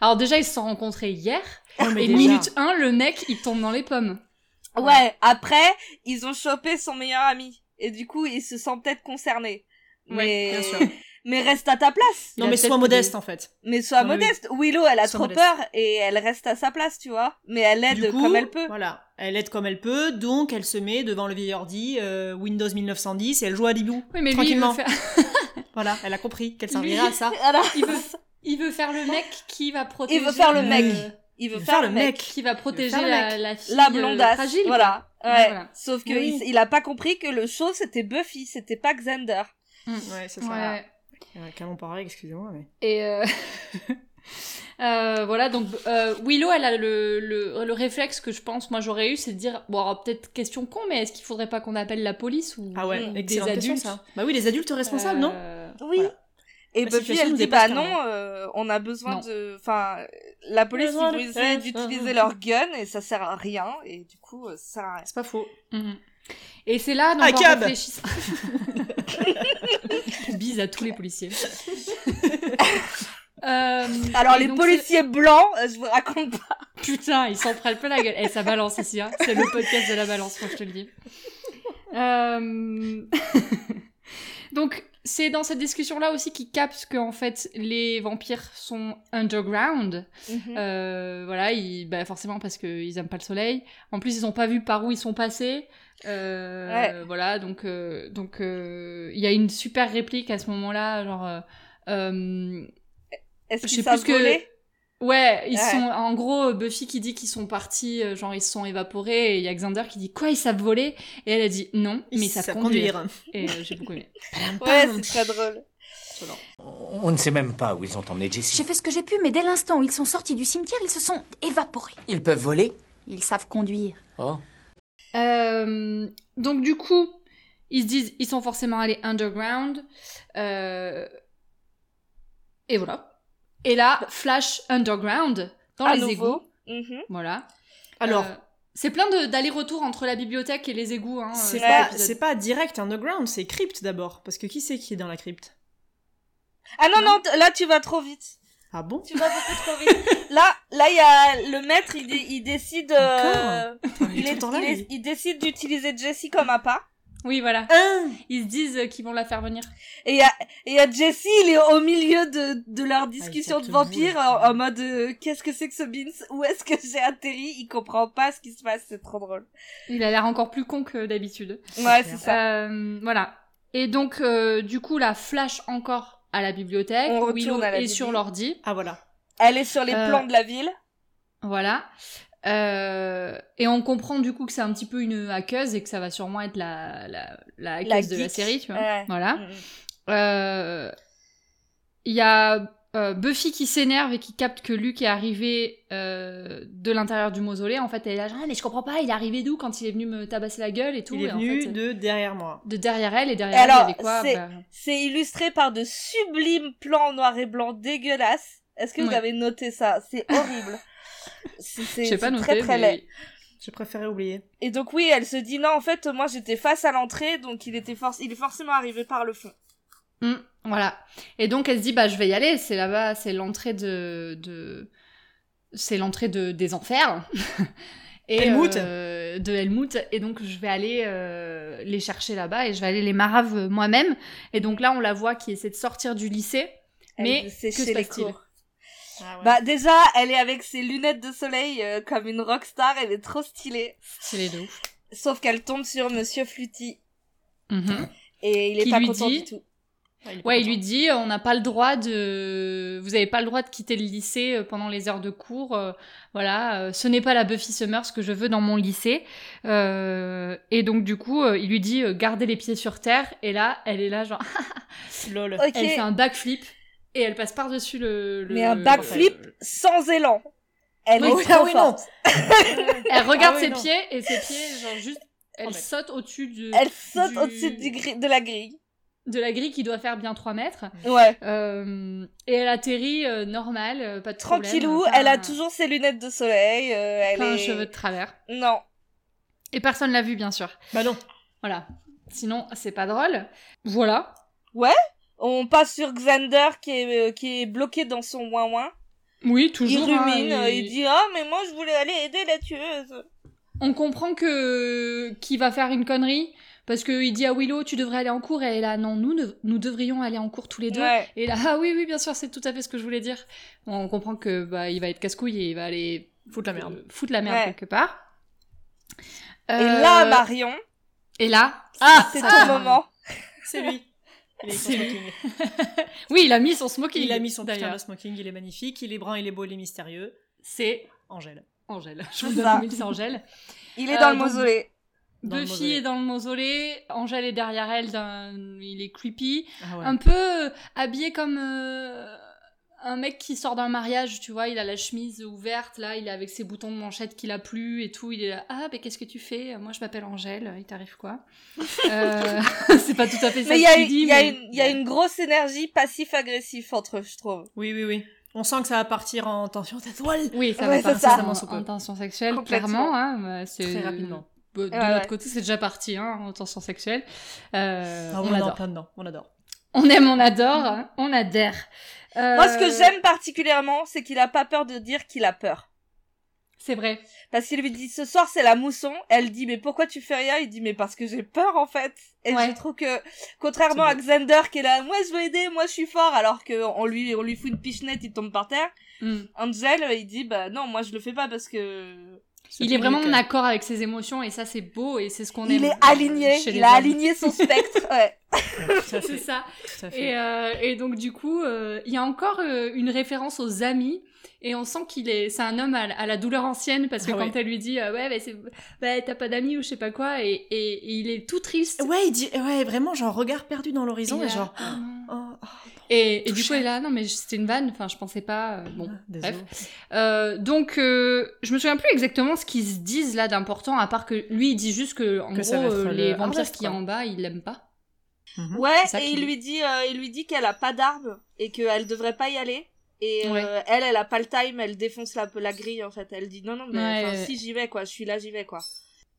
B: Alors déjà ils se sont rencontrés hier
C: Ouais, mais
B: et
C: déjà.
B: minute 1 le mec il tombe dans les pommes.
D: Ouais, après, ils ont chopé son meilleur ami, et du coup, il se sent peut-être concerné.
B: Ouais,
D: Mais...
C: bien sûr.
D: mais reste à ta place,
B: Il
C: Non,
B: a
C: mais sois
B: peut-être
C: modeste
D: hein.
C: en fait.
D: mais sois
C: Non, mais oui.
D: modeste. Willow, elle a
C: Sois
D: trop
C: modeste.
D: peur, et elle reste à sa place, tu vois, mais elle
C: Du
D: aide
C: coup,
D: comme elle peut.
C: Voilà, elle aide comme elle peut, donc elle se met devant le vieil ordi euh, Windows 1910 et elle joue à Libou.
B: Oui mais lui il veut,
C: Tranquillement.
B: faire...
C: Voilà, elle a compris qu'elle
B: Lui-
C: servira à ça.
D: Voilà.
B: il veut- il veut faire le mec qui va protéger.
D: faire le
B: euh,
D: mec. Il veut faire le mec.
B: qui va protéger
C: Il veut faire le
B: la, la fille
D: La
B: euh,
D: blondasse,
B: fragile. quoi.
D: voilà.
B: Ouais,
D: Ouais.
B: voilà.
D: Sauf que
C: Oui.
D: il, il a pas compris que le show c'était Buffy, c'était pas Xander.
C: Ouais, c'est ça.
B: Ouais.
C: Ouais, Canon pareil, excusez-moi. Mais...
B: Et euh, euh, voilà, donc euh, Willow, elle a le, le, le réflexe que je pense, moi j'aurais eu, c'est de dire, bon, alors, peut-être question con, mais est-ce qu'il faudrait pas qu'on appelle la police ou
C: Ah ouais,
B: Mmh,
C: excellente
D: Mm.
B: des
C: question,
B: adultes
C: ça. Bah oui, les adultes responsables, non
B: Euh,
D: Oui.
C: Voilà.
D: Et
C: La
D: Buffy,
C: situation
D: elle
C: nous
D: dit
C: dépasse
D: bah non,
C: carrément.
D: euh, on a besoin
B: Non.
D: de, enfin, la police
C: besoin
D: ils
C: de hein.
D: vont essayer
C: faire-
D: d'utiliser leur gun et ça sert à rien et du coup euh, ça sert à rien.
C: C'est pas faux.
B: mhm. Et c'est là, donc,
C: Ah,
B: en
C: cab
B: réfléchissant... Bise à tous les policiers. Euh,
D: Alors
B: et
D: les
B: donc,
D: policiers blancs, euh, je vous raconte pas.
B: c'est- Putain, ils s'en prennent plein la gueule. Et ça balance ici, hein. c'est le podcast de la balance, moi je te le dis. Euh, Donc, c'est dans cette discussion-là aussi qu'ils captent que, en fait, les vampires sont underground. Euh, voilà, ils, bah, forcément parce qu'ils aiment pas le soleil. En plus, ils ont pas vu par où ils sont passés. Euh, Voilà, donc euh, donc euh, il y a une super réplique à ce moment-là, genre. euh, euh,
D: Est-ce
B: je
D: qu'ils
B: sais
D: savent
B: plus
D: voler
B: que. Ouais, ils
D: Ouais.
B: sont. En gros, Buffy qui dit qu'ils sont partis, euh, genre ils se sont évaporés, et il y a Xander qui dit Quoi, ils savent voler Et elle a dit Non, mais ils savent conduire. Et euh, j'ai beaucoup aimé.
D: Ouais, c'est très drôle.
F: On on ne sait même pas où ils ont emmené Jessie.
E: J'ai fait ce que j'ai pu, mais dès l'instant où ils sont sortis du cimetière, ils se sont évaporés.
F: Ils peuvent voler
E: Ils savent conduire.
F: Oh.
B: Euh, donc du coup, ils se disent, ils sont forcément allés underground. Euh, et voilà. Et là, flash underground dans
D: à
B: les
D: nouveau.
B: égouts.
D: Mhm.
B: Voilà.
C: Alors,
B: Euh, c'est plein de- d'allers-retours entre la bibliothèque et les égouts. Hein,
C: c'est
B: euh,
C: pas,
B: cet épisode.
C: c'est pas direct underground, c'est crypte d'abord. Parce que qui c'est qui est dans la crypte
D: Ah non non, t- là tu vas trop vite.
C: Ah bon
D: Tu vas beaucoup trop vite. là là il y a le maître, il, dé- il décide, euh, il,
C: Il est
D: est-
C: tout le temps là,
D: il est-
C: lui.
D: il décide d'utiliser Jessie comme appât.
B: Oui, voilà.
C: Hein
B: Ils se disent euh, qu'ils vont la faire venir.
D: Et il y a, et y a Jesse, il est au milieu de, de leur discussion
C: Ah, il
D: de
C: capte
D: vampire
C: boule.
D: en, en mode euh, qu'est-ce que c'est que ce Beans Où est-ce que j'ai atterri Il comprend pas ce qui se passe, c'est trop drôle.
B: Il a l'air encore plus con que d'habitude.
D: Ouais,
C: clair.
D: c'est ça.
B: Euh, voilà. Et donc, euh, du coup, la flash encore à la bibliothèque.
D: On retourne
B: Willow
D: à la
B: est sur
D: bibi.
B: l'ordi.
C: Ah voilà.
D: Elle est sur les
B: euh,
D: plans de la ville.
B: Voilà. Euh, et on comprend du coup que c'est un petit peu une hackeuse et que ça va sûrement être la, la, la
D: La
B: hackeuse de la
D: geek.
B: série, tu vois.
D: Ouais.
B: Voilà.
D: Mm.
B: Euh, Il y a euh, Buffy qui s'énerve et qui capte que Luke est arrivé euh, de l'intérieur du mausolée. En fait, elle est là, genre, ah, mais je comprends pas, il est arrivé d'où quand il est venu me tabasser la gueule et tout.
C: il est
B: Et en
C: venu
B: fait,
C: de derrière moi.
B: de derrière elle et derrière
D: Et
B: elle, il y
D: alors,
B: avait quoi
D: c'est-
B: Bah,
D: C'est illustré par de sublimes plans en noir et blanc dégueulasses. Est-ce que vous
B: Ouais.
D: avez noté ça C'est horrible. C'est c'est-
B: Je sais pas
D: c'est
B: noter,
D: très très
B: mais-
D: laid.
C: J'ai préféré oublier.
D: Et donc oui, elle se dit non, en fait, moi j'étais face à l'entrée, donc il était forc- il est forcément arrivé par le fond.
B: Mm, voilà. Et donc elle se dit bah je vais y aller, c'est là-bas, c'est l'entrée de, de... c'est l'entrée de des enfers. Et,
C: Helmut.
B: euh, de Helmut et donc je vais aller euh, les chercher là-bas et je vais aller les maraves euh, moi-même. Et donc là on la voit qui essaie de sortir du lycée.
D: Elle
B: Mais
D: veut
B: que
D: sécher
B: se
D: les
B: passe-t-il
D: cours.
C: Ah ouais.
D: Bah déjà, elle est avec ses lunettes de soleil euh, comme une rockstar, elle est trop stylée.
B: C'est les deux ouf.
D: Sauf qu'elle tombe sur Monsieur Fluty
B: Mhm.
D: et il est
B: Qui
D: pas
B: lui
D: content
B: dit-
D: du tout.
C: il est pas
B: Ouais, il
C: content.
B: lui dit on n'a pas le droit de vous avez pas le droit de quitter le lycée euh, pendant les heures de cours. euh, voilà, euh, ce n'est pas la Buffy Summers que je veux dans mon lycée. Euh, et donc du coup, euh, il lui dit euh, gardez les pieds sur terre et là, elle est là genre
C: Lol.
D: Ok,
B: elle fait un backflip et elle passe par-dessus le, le-
D: mais un backflip sans élan. Elle
B: Oui,
D: est
B: oui,
D: trop
C: oui,
D: forte.
B: Elle regarde
C: Ah oui,
B: ses
C: non.
B: pieds et ses pieds, genre juste, elle
C: Oh, mais-
B: saute au-dessus de,
D: Elle saute
B: Du-
D: au-dessus du gri- de la grille.
B: de la grille qui doit faire bien 3 mètres.
D: Ouais.
B: Euh, et elle atterrit euh, normal, euh, pas de problème.
D: Tranquillou,
B: pas-
D: elle a toujours ses lunettes de soleil. euh, elle
B: pas un
D: est...
B: cheveu de travers.
D: Non.
B: Et personne l'a vu, bien sûr.
C: Bah non.
B: Voilà. Sinon, c'est pas drôle. Voilà.
D: On passe sur Xander qui est, euh, qui est bloqué dans son ouin-ouin.
B: Oui,
D: Il
B: toujours. hein,
D: rumine, euh,
B: et-
D: il dit Ah, mais moi je voulais aller aider la tueuse.
B: On comprend que qu'il va faire une connerie parce qu'il dit à Willow tu devrais aller en cours et elle est là non nous ne- nous devrions aller en cours tous les deux
D: Ouais.
B: et là ah oui oui bien sûr c'est tout à fait ce que je voulais dire on comprend que bah il va être casse couille et il va aller
C: Foutre la merde.
B: euh, foutre la merde
D: Ouais.
B: quelque part
D: Et
B: Euh,
D: là, bah- Marion,
B: et là ah
D: c'est
B: ah,
D: ton moment.
C: C'est lui. Il est
B: C'est
C: son
B: lui.
C: smoking.
B: oui il a mis son smoking
C: Il a mis son putain
B: d'ailleurs
C: de smoking, il est magnifique, il est brun, il est beau, il est mystérieux.
B: c'est
C: Angèle.
B: Angèle je
D: C'est
B: vous donne
D: ça.
B: mille, c'est Angèle
D: Il est
B: Euh,
D: dans le
B: donc-
D: mausolée.
C: Dans le
B: Buffy
C: mausolée.
B: est dans le mausolée Angèle est derrière elle d'un- il est creepy
C: Ah ouais.
B: un peu euh, habillé comme euh, un mec qui sort d'un mariage, tu vois, il a la chemise ouverte, là, il est avec ses boutons de manchette qu'il a plu et tout, il est là, ah, mais qu'est-ce que tu fais Moi, je m'appelle Angèle, il t'arrive quoi Euh, C'est pas tout à fait ça
D: Mais il y,
B: que
D: a
B: tu
D: une-
B: dis,
D: il y a
B: mais-
D: une- il y a une grosse énergie passif-agressif entre eux, je trouve.
C: Oui, oui, oui. On sent que ça va partir en tension ta toile.
B: Oui, ça
D: Ouais,
B: va
D: c'est
B: partir
D: ça.
B: en- en, tension sexuelle,
D: Complètement.
B: clairement, hein, mais c'est...
C: Très rapidement.
B: Bah, de
D: Ouais,
B: notre
D: ouais.
B: côté, c'est déjà parti, hein, en tension sexuelle. Euh,
C: Ah,
B: on,
C: on, est en
B: adore.
C: plein dedans, on adore.
B: On aime, on adore, hein, on adhère. Euh,
D: Moi, ce que j'aime particulièrement, c'est qu'il a pas peur de dire qu'il a peur.
B: C'est vrai.
D: Parce qu'il lui dit ce soir c'est la mousson. Elle dit mais pourquoi tu fais rien Il dit mais parce que j'ai peur en fait. Et
B: Ouais.
D: je trouve que contrairement à Xander qui est là moi je veux aider, moi je suis fort alors que on lui on lui fout une pichenette, il tombe par terre.
B: Mm.
D: Angel euh, il dit bah non moi je le fais pas parce que
B: Il est vraiment en accord avec ses émotions et ça c'est beau et c'est ce qu'on aime.
D: il est aligné,
B: chez les
D: il a
B: hommes.
D: aligné son spectre. ouais.
C: Tout à
B: C'est
C: fait.
B: ça.
C: Tout à fait.
B: Et, euh, et donc du coup, euh, il y a encore euh, une référence aux amis et on sent qu'il est, c'est un homme à, à la douleur ancienne parce que
C: Ah
B: quand
C: ouais.
B: elle lui dit euh, ouais bah, c'est- bah, t'as pas d'amis ou je sais pas quoi et, et- et il est tout triste.
C: Ouais, il dit, ouais, vraiment, genre, regard perdu dans l'horizon,
B: Et
C: et
B: là,
C: genre,
B: ah non.
C: oh, oh,
B: Et, et du
C: touché.
B: coup, elle est là, non mais c'était une vanne. Enfin, je pensais pas. euh, bon.
C: oh, désolé.
B: Euh, donc, euh, je me souviens plus exactement ce qu'ils se disent là d'important, à part que lui il dit juste que en
C: Que
B: gros
C: ça va être
B: euh,
C: le
B: les vampires
C: harvest,
B: qui est
C: quoi.
B: en bas, ils l'aiment pas.
D: Ouais,
B: Mmh, C'est ça
D: et
B: qu'il
D: il
B: dit.
D: lui dit euh, il lui dit qu'elle a pas d'arme et qu'elle devrait pas y aller. Et euh,
B: Ouais.
D: elle, elle a pas le time, elle défonce la, la grille en fait. Elle dit non non mais
B: Ouais,
D: enfin,
B: ouais.
D: si j'y vais quoi, je suis là j'y vais quoi.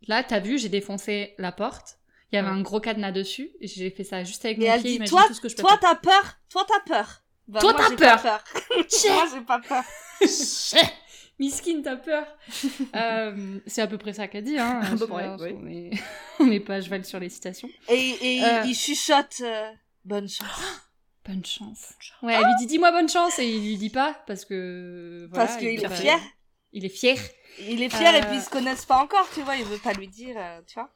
B: Là, t'as vu, j'ai défoncé la porte. Il y avait
C: Ouais.
B: un gros cadenas dessus. et J'ai fait ça juste avec
D: Et
B: mon
D: elle
B: pied.
D: dit,
B: imagine tout ce que je peux
D: Toi
B: faire.
D: t'as peur, toi t'as peur. Bah,
B: Toi,
D: moi,
B: t'as
D: j'ai pas
B: peur.
D: moi j'ai pas peur.
B: Miskine, t'as peur. Euh, c'est à peu près ça qu'elle dit. Hein,
C: À peu
B: je-
C: près,
B: parce
C: oui.
B: qu'on est- On n'est pas cheval sur les citations.
D: Et, et
B: Euh.
D: il chuchote euh, bonne chance
B: Bonne chance. Ouais, elle lui dit dis-moi bonne chance et il lui dit pas parce que. voilà,
D: parce qu'il
B: peut
D: est
B: pas-
D: fier.
B: Il est fier.
D: Il est fier et
B: Euh.
D: puis ils se connaissent pas encore, tu vois. Il veut pas lui dire, euh, tu vois.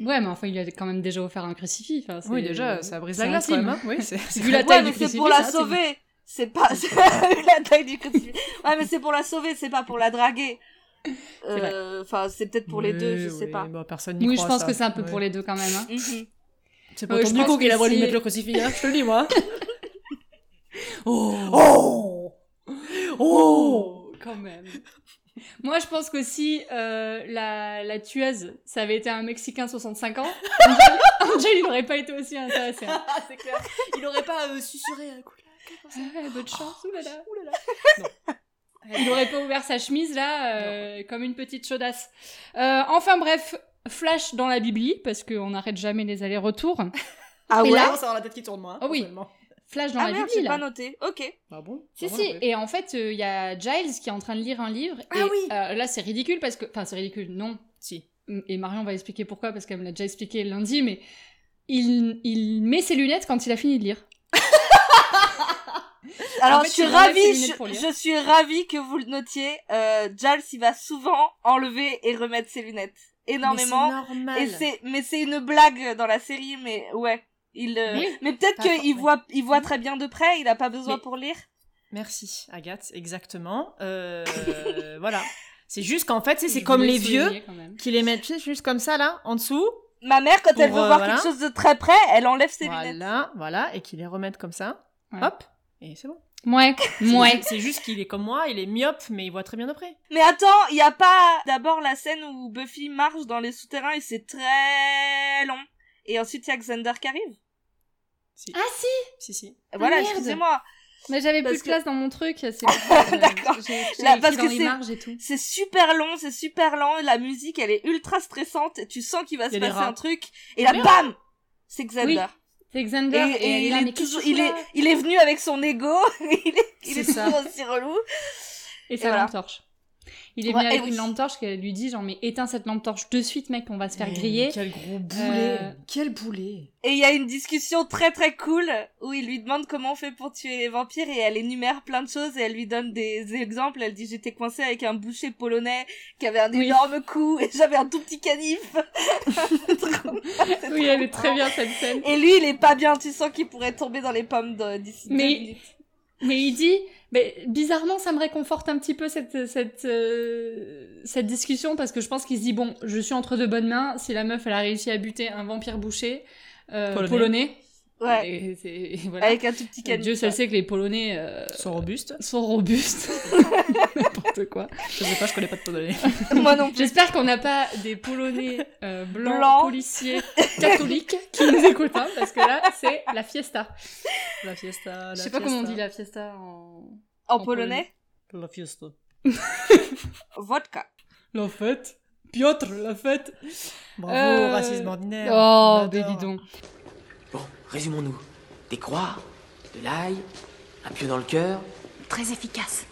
B: Ouais, mais enfin, il lui a quand même déjà offert un crucifix. enfin, c'est-
C: Oui, déjà, ça brise
B: c'est
C: la glace, quand
B: intime.
C: même, hein. Oui, c'est c'est-
B: Vu la
D: ouais,
B: taille
D: mais
B: du
D: c'est
B: crucifix,
D: pour la
B: ça, c'est-
D: sauver. C'est pas c'est la taille du crucifix. Ouais, mais c'est pour la sauver, c'est pas pour la draguer.
B: vrai.
D: Euh, Enfin, c'est peut-être pour les
C: Oui,
D: deux, je sais
C: oui,
D: pas.
C: bah, personne n'y
B: Oui, je
C: croit,
B: pense
C: ça.
B: que c'est un peu
C: Ouais.
B: pour les deux quand même. hein.
D: Mhm.
C: C'est pas
B: Ouais,
C: autour
B: je
C: du
B: pense
C: coup qu'il
B: que
C: a voulu
B: si-
C: mettre le crucifix, hein, je te le dis, moi.
B: Oh
C: Oh Oh
B: quand même. Moi, je pense que si euh, la, la tueuse, ça avait été un Mexicain 65 ans, Angel, Angel, il n'aurait pas été aussi intéressé. hein.
C: C'est clair. Il aurait pas euh, susurré un coup
B: Ah ouais, bonne chance, oulala.
C: Oulala.
B: Il n'aurait pas ouvert sa chemise, là, euh, comme une petite chaudasse. Euh, enfin, bref, flash dans la Bibli, parce qu'on n'arrête jamais les allers-retours.
D: Ah
B: Et
D: ouais.
B: là-
C: Là, ça aura la tête qui tourne, moi. hein,
B: Ah oui.
C: personnellement.
B: Flash dans
D: ah
B: la
D: merde,
B: Bibli,
D: j'ai pas
B: là.
D: noté. Ok.
C: Ah bon
B: Si,
C: Ah,
B: si,
C: voilà, ouais.
B: et en fait, euh, il y a Giles qui est en train de lire un livre.
C: Ah
B: et,
C: oui.
B: euh, Là, c'est ridicule parce que. Enfin, c'est ridicule, non.
C: Si.
B: et Marion va expliquer pourquoi parce qu'elle me l'a déjà expliqué lundi, mais il, il met ses lunettes quand il a fini de lire.
D: Alors,
B: Ah, En fait,
D: je suis
B: il enlève ses
D: ravie,
B: lunettes pour
D: je,
B: lire.
D: je suis ravie que vous le notiez. Euh, Giles, il va souvent enlever et remettre ses lunettes. Énormément.
C: Mais c'est normal.
D: Et c'est, mais c'est une blague dans la série, mais ouais. Il, euh,
B: Oui.
D: mais peut-être
C: Pas
D: qu'il
C: forcément.
D: voit, il voit très bien de près, il a pas besoin
C: Mais-
D: pour lire.
C: Merci, Agathe, exactement. Euh, voilà. C'est juste qu'en fait, c'est- c'est
B: Je
C: comme
B: voulais
C: les
B: souligner
C: vieux
B: quand même.
C: qui les mettent juste comme ça, là, en dessous.
D: Ma mère, quand elle veut
C: Pour, euh,
D: voir
C: voilà.
D: quelque chose de très près, elle enlève ses lunettes.
C: Voilà, voilà, et qui les remettent comme ça.
B: Ouais.
C: Hop, et c'est bon.
B: Mouais, mouais.
C: C'est juste qu'il est comme moi, il est myope, mais il voit très bien de près.
D: Mais attends, il y a pas d'abord la scène où Buffy marche dans les souterrains et c'est très long. Et ensuite, il y a Xander qui arrive.
C: Si,
B: Ah si
C: si, si.
D: voilà,
B: merde.
D: excusez-moi.
B: Mais j'avais plus
D: Parce
B: de
D: que-
B: place dans mon truc. c'est- euh,
D: D'accord.
B: j'ai- j'ai
D: Là,
B: écrit
D: parce
B: dans
D: que
B: les
D: c'est-
B: marges et tout.
D: C'est super long, c'est super lent. La musique, elle est ultra stressante. et Tu sens qu'il va se
C: Il y a des
D: passer
C: rats.
D: un truc. Et là, bam C'est Xander.
B: C'est
D: Et,
B: Xander
D: et
B: et, elle est
D: il,
B: là, mais
D: est
B: qu'est-ce
D: toujours,
B: que
D: il,
B: c'est
D: est,
B: là
D: il est venu avec son ego. il est, il est,
C: C'est ça.
D: toujours aussi relou.
B: Et sa
D: Et voilà.
B: lampe torche. Il est
D: Ouais,
B: venu avec
D: et oui.
B: une lampe torche qu'elle lui dit genre mais éteins cette lampe torche de suite mec on va se faire
C: Mais
B: griller.
C: Quel gros boulet.
B: Euh,
C: Quel boulet.
D: Et il y a une discussion très très cool où il lui demande comment on fait pour tuer les vampires et elle énumère plein de choses et elle lui donne des exemples. Elle dit j'étais coincée avec un boucher polonais qui avait un
B: Oui.
D: énorme cou et j'avais un tout petit canif. C'est
B: Oui
D: trop
B: elle est très
D: marrant.
B: bien cette scène.
D: Et lui il est pas bien, tu sens qu'il pourrait tomber dans les pommes de- d'ici deux
B: Mais-
D: minutes.
B: Mais il dit, mais bizarrement, ça me réconforte un petit peu cette, cette, euh, cette discussion parce que je pense qu'il se dit bon, je suis entre deux bonnes mains. Si la meuf elle a réussi à buter un vampire boucher euh, polonais,
C: Polonais.
D: Ouais.
B: et c'est- et voilà.
D: Avec un tout petit canif.
B: Dieu seul sait que les polonais euh,
C: Ils sont robustes.
B: sont robustes, n'importe quoi.
C: Je sais pas, je connais pas de polonais.
D: Moi non plus.
B: J'espère qu'on n'a pas des polonais euh, blancs,
D: Blancs.
B: policiers catholiques qui nous écoutent hein, parce que là c'est la fiesta.
C: La fiesta. Ah, La
B: Je sais pas
C: fiesta.
B: comment on dit la fiesta en.
D: En
B: En
D: polonais,
C: La fiesta.
D: vodka.
C: La fête. Piotr, la fête. Bravo,
B: Euh,
C: racisme ordinaire.
B: Oh,
C: On
B: mais dis
C: adore.
B: donc.
G: Bon, résumons-nous. Des croix, de l'ail, un pieu dans le cœur.
E: Très efficace.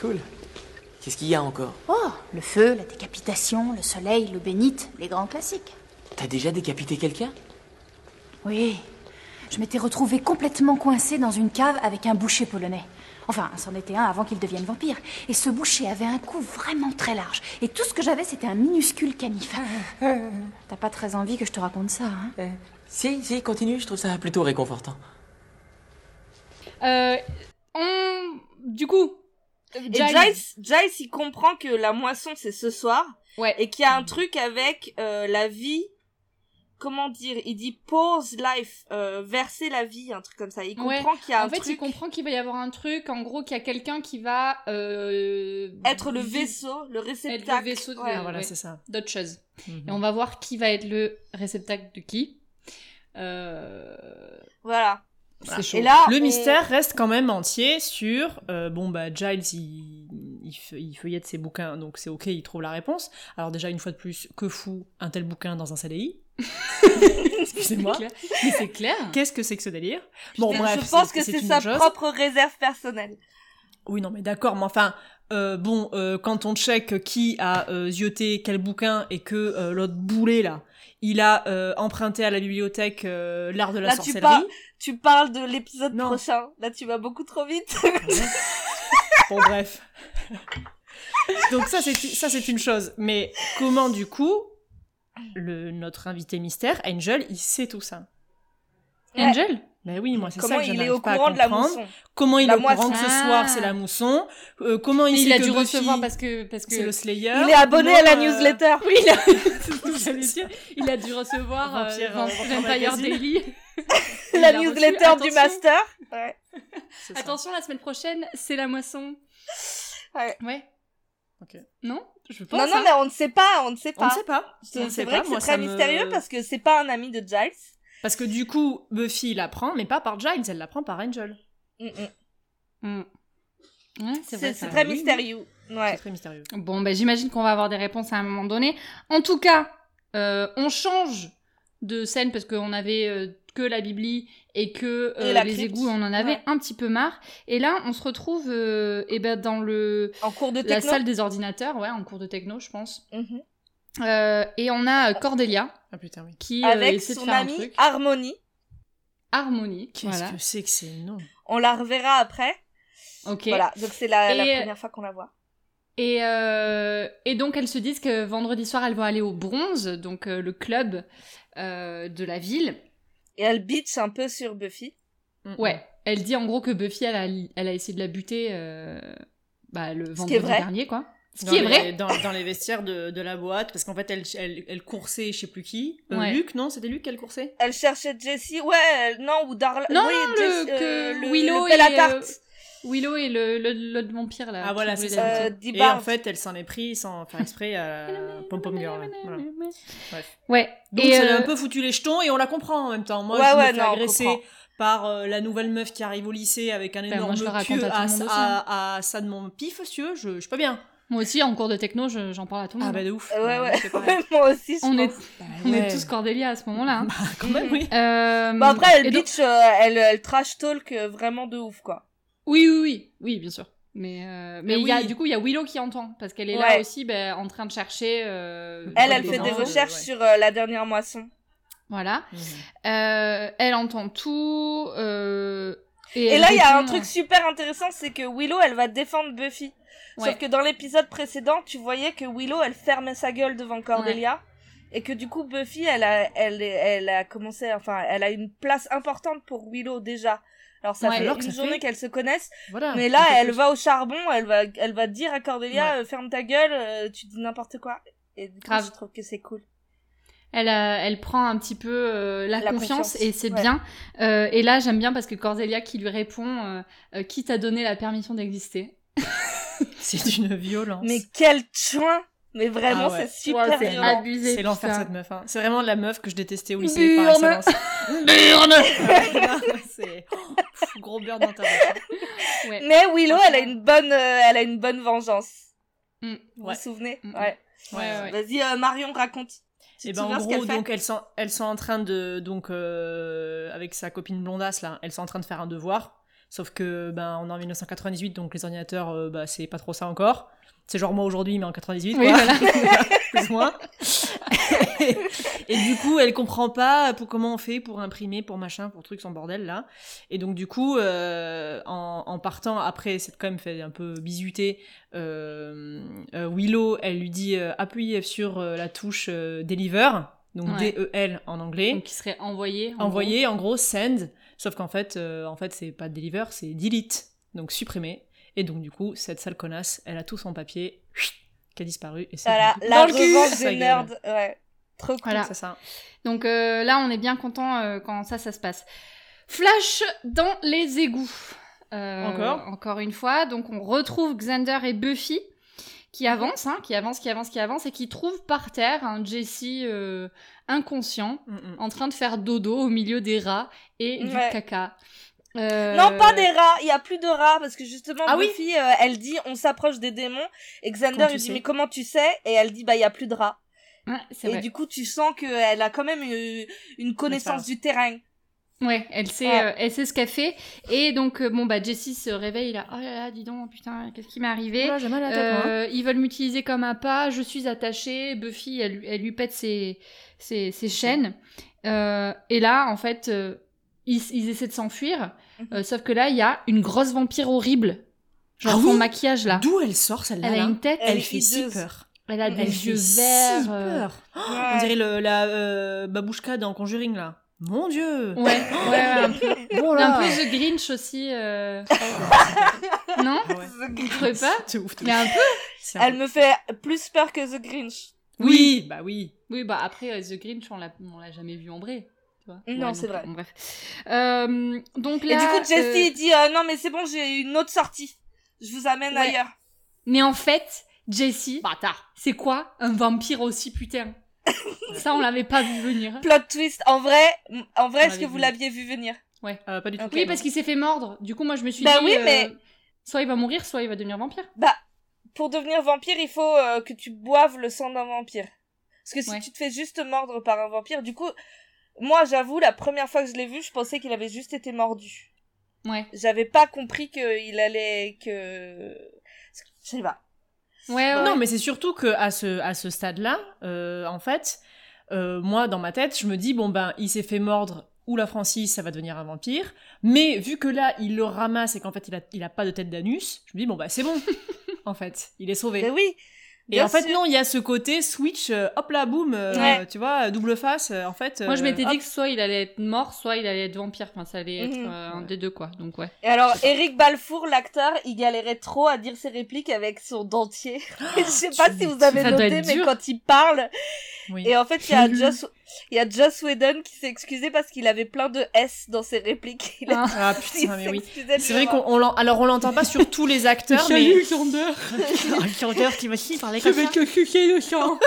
G: Cool. Qu'est-ce qu'il y a encore
E: Oh, le feu, la décapitation, le soleil, le bénite, les grands classiques.
G: T'as déjà décapité quelqu'un
E: Oui, je m'étais retrouvée complètement coincée dans une cave avec un boucher polonais. Enfin, c'en était un avant qu'il devienne vampire. Et ce boucher avait un cou vraiment très large. Et tout ce que j'avais, c'était un minuscule canif. T'as pas très envie que je te raconte ça, hein
G: Si, si, continue, je trouve ça plutôt réconfortant.
B: Euh, on... Du coup,
D: Et Giles, Giles, il comprend que la moisson c'est ce soir.
B: Ouais.
D: et qu'il y a un truc avec euh, la vie comment dire il dit pause life euh, verser la vie un truc comme ça il
B: Ouais.
D: comprend qu'il y a un
B: en fait, il
D: truc
B: comprend qu'il va y avoir un truc, en gros, qu'il y a quelqu'un qui va... euh,
D: être le
B: vi-
D: vaisseau le réceptacle
B: Être le vaisseau de-
D: Ouais.
C: Ah, voilà,
B: Ouais.
C: c'est ça.
B: D'autres choses.
C: Mhm.
B: Et on va voir qui va être le réceptacle de qui. Euh,
D: voilà
B: C'est chaud.
D: et là
C: Le
D: on-
C: mystère reste quand même entier sur euh, bon bah Giles il, il, fe- il feuillette ses bouquins donc c'est ok il trouve la réponse. Alors déjà une fois de plus que fou un tel bouquin dans un CDI. Excusez-moi.
B: clair. Mais c'est clair.
C: Qu'est-ce que c'est que ce délire
D: je
C: bref,
D: pense que c'est
C: une
D: sa
C: chose.
D: propre réserve personnelle
C: Oui non mais d'accord mais enfin euh, bon euh, quand on check qui a euh, zioté quel bouquin et que euh, l'autre boulet là il a euh, emprunté à la bibliothèque euh, l'art de la
D: Là, Bah, tu
C: sorcellerie.
D: parles- tu parles de l'épisode
C: Non.
D: prochain là tu vas beaucoup trop vite
C: Bon, bref. Donc ça, c'est ça, c'est une chose. Mais comment, du coup, le, notre invité mystère, Angel, il sait tout ça
D: Ouais.
B: Angel
C: Ben oui, moi, c'est ça
D: comment
C: que je
D: il est
C: n'arrive
D: au
C: pas à
D: courant de la
C: comprendre.
D: moisson
C: Comment il
D: La
C: est au courant
D: moisson.
C: que ce
B: Ah.
C: soir, c'est la mousson Euh, Comment il
B: Mais
C: sait
B: il a
C: que
B: dû
C: Buffy,
B: recevoir parce que... Parce que...
C: c'est le Slayer
D: il est abonné
C: Comment,
D: à la
C: euh,
D: newsletter
B: Oui, il a... c'est tout ce que j'allais dire. Il a dû recevoir euh,
C: Vampire,
B: Vamp-
C: euh, Vampire
B: Vampire
C: Magazine.
B: Daily. Il
D: la
B: a reçu.
D: newsletter du
B: Attention.
D: master ouais.
C: c'est ça.
B: Attention, la semaine prochaine, c'est la moisson.
D: Ouais.
B: Ouais.
C: Ok.
B: Non Je pense.
D: non non
B: hein.
D: mais on ne sait pas on ne sait
C: On ne
D: pas
C: sait pas. On ne
D: c'est
C: sait
D: c'est vrai
C: pas.
D: que
C: Moi,
D: c'est très
C: ça me-
D: mystérieux parce que c'est pas un ami de Giles
C: Parce que du coup, Buffy l'apprend, mais pas par Giles, elle l'apprend par Angel.
D: Mm, mm.
B: Mm. Ouais, c'est vrai, ça.
D: C'est c'est très
C: oui, oui.
D: mystérieux.
C: C'est
D: Ouais.
C: très mystérieux.
B: Bon, ben j'imagine qu'on va avoir des réponses à un moment donné. En tout cas, euh, on change de scène parce qu'on avait euh, que la Bibli et que euh,
D: Et la
B: les
D: crypte.
B: égouts, on en avait
D: Ouais.
B: un petit peu marre. Et là, on se retrouve euh, eh ben, dans le,
D: En cours de
B: la
D: techno.
B: salle des ordinateurs, ouais, en cours de techno, je pense.
D: Mhm.
B: Euh, et on a euh, Cordelia
C: Ah putain, oui.
B: qui euh,
D: Avec
B: essaie de
D: son
B: faire un
D: amie
B: truc.
D: Harmony.
B: Harmonie.
C: Qu'est-ce
B: Voilà.
C: que c'est que ces noms
D: On la reverra après.
B: Ok.
D: Voilà. Donc c'est la, la
B: Et- euh,
D: première fois qu'on la voit.
B: Et, euh, et donc elles se disent que vendredi soir elles vont aller au Bronze, donc euh, le club euh, de la ville.
D: Et elle bitch un peu sur Buffy.
C: Mm,
B: Ouais, elle dit en gros que Buffy elle a, elle a essayé de la buter euh, bah, le
D: qui est
B: vendredi
D: vrai.
B: dernier quoi. Ce
C: Dans
B: qui est
C: les-
B: vrai.
C: dans, dans les vestiaires de, de la boîte, parce qu'en fait, elle, elle, elle coursait je sais plus qui. Euh,
B: Ouais.
C: Luc, non C'était Luc qu'elle coursait
D: Elle cherchait Jessie. Ouais, euh, non, ou Darla.
B: Non,
D: oui,
B: non, le-
D: Jess- euh,
B: que
D: le,
B: Willow
D: le Bella
B: et,
D: Tart.
B: euh, Willow et le, le, l'autre vampire là.
C: Ah, voilà,
B: qui
C: c'est
B: voulait
C: ça.
B: la
D: Euh,
B: buter.
D: Dee
C: Et en
D: Barnes.
C: fait, elle s'en est pris sans faire exprès à Pom Pom Girl. Voilà. Bref.
B: Ouais.
C: Donc,
B: et
C: elle a
B: euh,
C: un peu foutu les jetons et on la comprend en même temps. Moi,
D: Ouais,
C: je
D: ouais,
C: me fais
D: non, on
C: agresser
D: comprend.
C: par euh, la nouvelle meuf qui arrive au lycée avec un
B: Ben, moi,
C: énorme
B: je le raconte
C: pieu
B: à tout
C: à,
B: le monde aussi, hein.
C: à, à ça de mon pif, monsieur. Je, je suis pas bien.
B: moi aussi, en cours de techno, je- j'en parle à tout le
C: Ah,
B: monde.
C: bah de ouf.
D: Ouais,
C: Bah,
D: ouais.
C: c'est pareil.
D: Moi aussi, je
B: on est,
D: pense.
B: on
C: ouais.
B: est tous Cordelia à ce moment-là. hein.
C: Quand même, oui.
B: Euh,
D: Bah après, elle
B: et donc-
D: bitch, euh, elle, elle trash talk euh, vraiment de ouf, quoi.
B: Oui, oui, oui, oui, bien sûr. Mais, euh, mais
C: Mais
B: il y a,
C: oui.
B: du coup, il y a Willow qui entend, parce qu'elle est là
D: Ouais.
B: aussi ben, en train de chercher. euh,
D: Elle,
B: ouais,
D: elle fait des
B: enfants.
C: enjeux,
D: recherches
C: ouais.
D: sur Mhm. euh, la dernière moisson.
B: Voilà. Euh, elle entend tout. euh, et
D: Et
B: elle
D: là, il y a un
B: répond,
D: truc super intéressant, c'est que Willow, elle va défendre Buffy.
B: Ouais.
D: Sauf que dans l'épisode précédent, tu voyais que Willow, elle fermait sa gueule devant Cordelia. Et que du coup, Buffy, elle a, elle, elle a commencé, enfin, elle a une place importante pour Willow déjà. Alors ça
B: Ouais,
D: fait
B: alors
D: une
C: que ça
D: journée
C: fait-
D: qu'elles se connaissent,
C: Voilà.
D: mais là
C: Un peu
D: elle
C: plus.
D: va au charbon, elle va, elle va dire à Cordelia, euh, ferme ta gueule, euh, tu dis n'importe quoi. Et du coup,
B: Grave.
D: je trouve que c'est cool.
B: Elle, a- elle prend un petit peu euh, la,
D: La
B: confiance,
D: confiance,
B: et c'est
D: ouais.
B: bien. Euh, et là, j'aime bien parce que Cordelia qui lui répond euh, euh, Qui t'a donné la permission d'exister
C: C'est une violence.
D: Mais quel chouin Mais vraiment,
C: Ah ouais.
D: c'est super
B: c'est
D: violent.
B: abusé.
C: C'est l'enfer cette meuf. hein. C'est vraiment la meuf que je détestais au lycée
B: Burn.
C: par excellence. Burn C'est Pff, gros burn dans ta tête.
B: Ouais.
D: Mais Willow, elle a une bonne, euh, elle a une bonne vengeance.
B: Mm.
D: Vous
C: Ouais.
D: vous souvenez
B: Mm.
D: Ouais.
B: Ouais, ouais.
D: Vas-y, euh, Marion, raconte. Tu
C: Et
D: te
C: ben en
D: souviens ce qu'elle
C: gros,
D: fait
C: donc elles sont, elles sont en train de, donc euh, avec sa copine blondasse là, elles sont en train de faire un devoir. Sauf que ben on est en 1998, donc les ordinateurs, euh, bah, c'est pas trop ça encore. C'est genre moi aujourd'hui, mais en 98,
B: Oui,
C: quoi.
B: voilà.
C: plus ou moins. et, et du coup, elle comprend pas pour comment on fait pour imprimer, pour machin, pour truc, son bordel là. Et donc du coup, euh, en, en partant après, c'est quand même fait un peu bisuter. euh, euh, Willow, elle lui dit euh, appuyez sur euh, la touche euh, deliver, donc
B: Ouais.
C: D E L en anglais.
B: Donc, qui serait envoyé. en
C: Envoyer, en gros, send, sauf qu'en fait, euh, en fait, c'est pas deliver, c'est delete, donc supprimer. Et donc, du coup, cette sale connasse, elle a tout son papier chut, qui a disparu. Et c'est
D: Voilà,
C: dans
D: la
C: le cul.
D: revanche
C: Sa
D: des
C: gueule.
D: nerds. Ouais. Trop cool.
B: Voilà.
C: C'est ça.
B: Donc euh, là, on est bien content euh, quand ça, ça se passe. Flash dans les égouts. Euh,
C: Encore
B: Encore une fois. Donc on retrouve Xander et Buffy qui avancent, hein, qui avancent, qui avancent, qui avancent et qui trouvent par terre un Jesse euh, inconscient
C: Mm-mm.
B: en train de faire dodo au milieu des rats et du
D: Ouais.
B: caca. Euh,
D: Non, pas des rats, il y a plus de rats parce que justement
C: Ah oui
D: Buffy euh, elle dit on s'approche des démons et Xander
C: Comment tu
D: il dit
C: sais
D: mais comment tu sais et elle dit bah il y a plus de rats.
B: Ouais, c'est
D: Et
B: vrai.
D: du coup tu sens que elle a quand même une, une
C: L'expérience.
D: connaissance du terrain.
B: Ouais, elle sait,
D: Ouais.
C: Ah.
B: euh, elle sait ce qu'elle fait. Et donc, euh, bon, bah, Jessie se réveille, là. Oh là là, dis donc, putain, qu'est-ce qui m'est arrivé
C: Voilà, j'ai mal à la tête, moi, hein.
B: Euh, ils veulent m'utiliser comme un pas, je suis attachée, Buffy, elle, elle lui pète ses, ses, ses chaînes. Euh, et là, en fait, euh, ils, ils essaient de s'enfuir,
C: Mhm.
B: euh, sauf que là, il y a une grosse vampire horrible. Genre
C: Ah
B: son
C: oui
B: maquillage, là.
C: D'où elle sort celle-là
B: Elle a
C: là
B: une tête,
D: Elle
C: Elle,
D: est
C: fait si
D: hideuse.
C: peur.
B: elle a des
C: Elle
B: yeux
C: fait si
B: verts. euh,
C: peur. On
D: Ouais.
C: dirait le, la euh, babouchka dans Conjuring là. Mon dieu.
B: Ouais, ouais, ouais, un peu.
C: Bon,
B: Et un
C: là.
B: peu The Grinch aussi. euh, non
C: Ah ouais.
B: Vous trouvez pas
C: C'est ouf,
B: Mais un peu.
C: c'est un-
D: Elle me fait plus peur que The Grinch.
C: Oui, bah oui.
B: Oui, bah après, euh, The Grinch, on l'a on l'a jamais vu en vrai. tu vois.
D: Non, c'est
B: plus.
D: vrai.
B: Bon, bref. Euh, donc là,
D: Et du coup, Jesse
B: euh,
D: il dit euh, non mais c'est bon, j'ai une autre sortie. Je vous amène
B: Ouais.
D: ailleurs.
B: Mais en fait, Jessie, bâtard, c'est quoi un vampire aussi putain Ça, on l'avait pas vu venir.
D: Plot twist. En vrai, en vrai,
C: On
D: est-ce que
C: l'avait
D: vous
C: vu.
D: l'aviez vu venir
C: Euh, pas du tout.
D: Ok.
B: Oui, parce qu'il s'est fait mordre. Du coup, moi, je me suis
D: Bah
B: dit.
D: oui,
B: euh,
D: mais-
B: Soit il va mourir, soit il va devenir vampire.
D: Bah, pour devenir vampire, il faut euh, que tu boives le sang d'un vampire. Parce que si
B: Ouais.
D: tu te fais juste mordre par un vampire, du coup, moi, j'avoue, la première fois que je l'ai vu, je pensais qu'il avait juste été mordu.
B: Ouais.
D: J'avais pas compris qu'il allait que. Je sais pas.
B: Ouais, ouais.
C: Non, mais c'est surtout que à ce, à ce stade-là, euh, en fait, euh, moi, dans ma tête, je me dis, bon, ben, il s'est fait mordre ou la Francis, ça va devenir un vampire. Mais vu que là, il le ramasse et qu'en fait, il a, il a pas de tête d'anus, je me dis, bon, bah, c'est bon. en fait, il est sauvé.
D: Mais oui.
C: et
D: bien
C: en fait,
D: sûr.
C: non, il y a ce côté switch, euh, hop là, boum, euh,
D: Ouais.
C: tu vois, double face, euh, en fait.
B: Moi, je
C: euh,
B: m'étais
C: hop.
B: dit que soit il allait être mort, soit il allait être vampire. Enfin, ça allait être
D: Mhm.
B: euh, un des deux, quoi. Donc, ouais.
D: Et alors, Eric Balfour, l'acteur, il galérait trop à dire ses répliques avec son
C: Ah,
D: dentier. je sais pas si vous avez
B: Ça doit
D: noté,
B: être
D: mais
B: dur.
D: quand il parle,
C: Oui.
D: et en fait, il y a Joss, Il y a Joss Whedon qui s'est excusé parce qu'il avait plein de S dans ses répliques. Il a-
B: Ah.
C: Ah
D: il
C: putain, mais
D: s'est
C: oui.
D: excusé de
C: C'est
D: le
C: vrai qu'on
D: voir.
C: on l'en- alors on l'entend pas sur tous les acteurs, mais un chanteur qui m'a qui parlait comme ça.
B: te sucer le sang.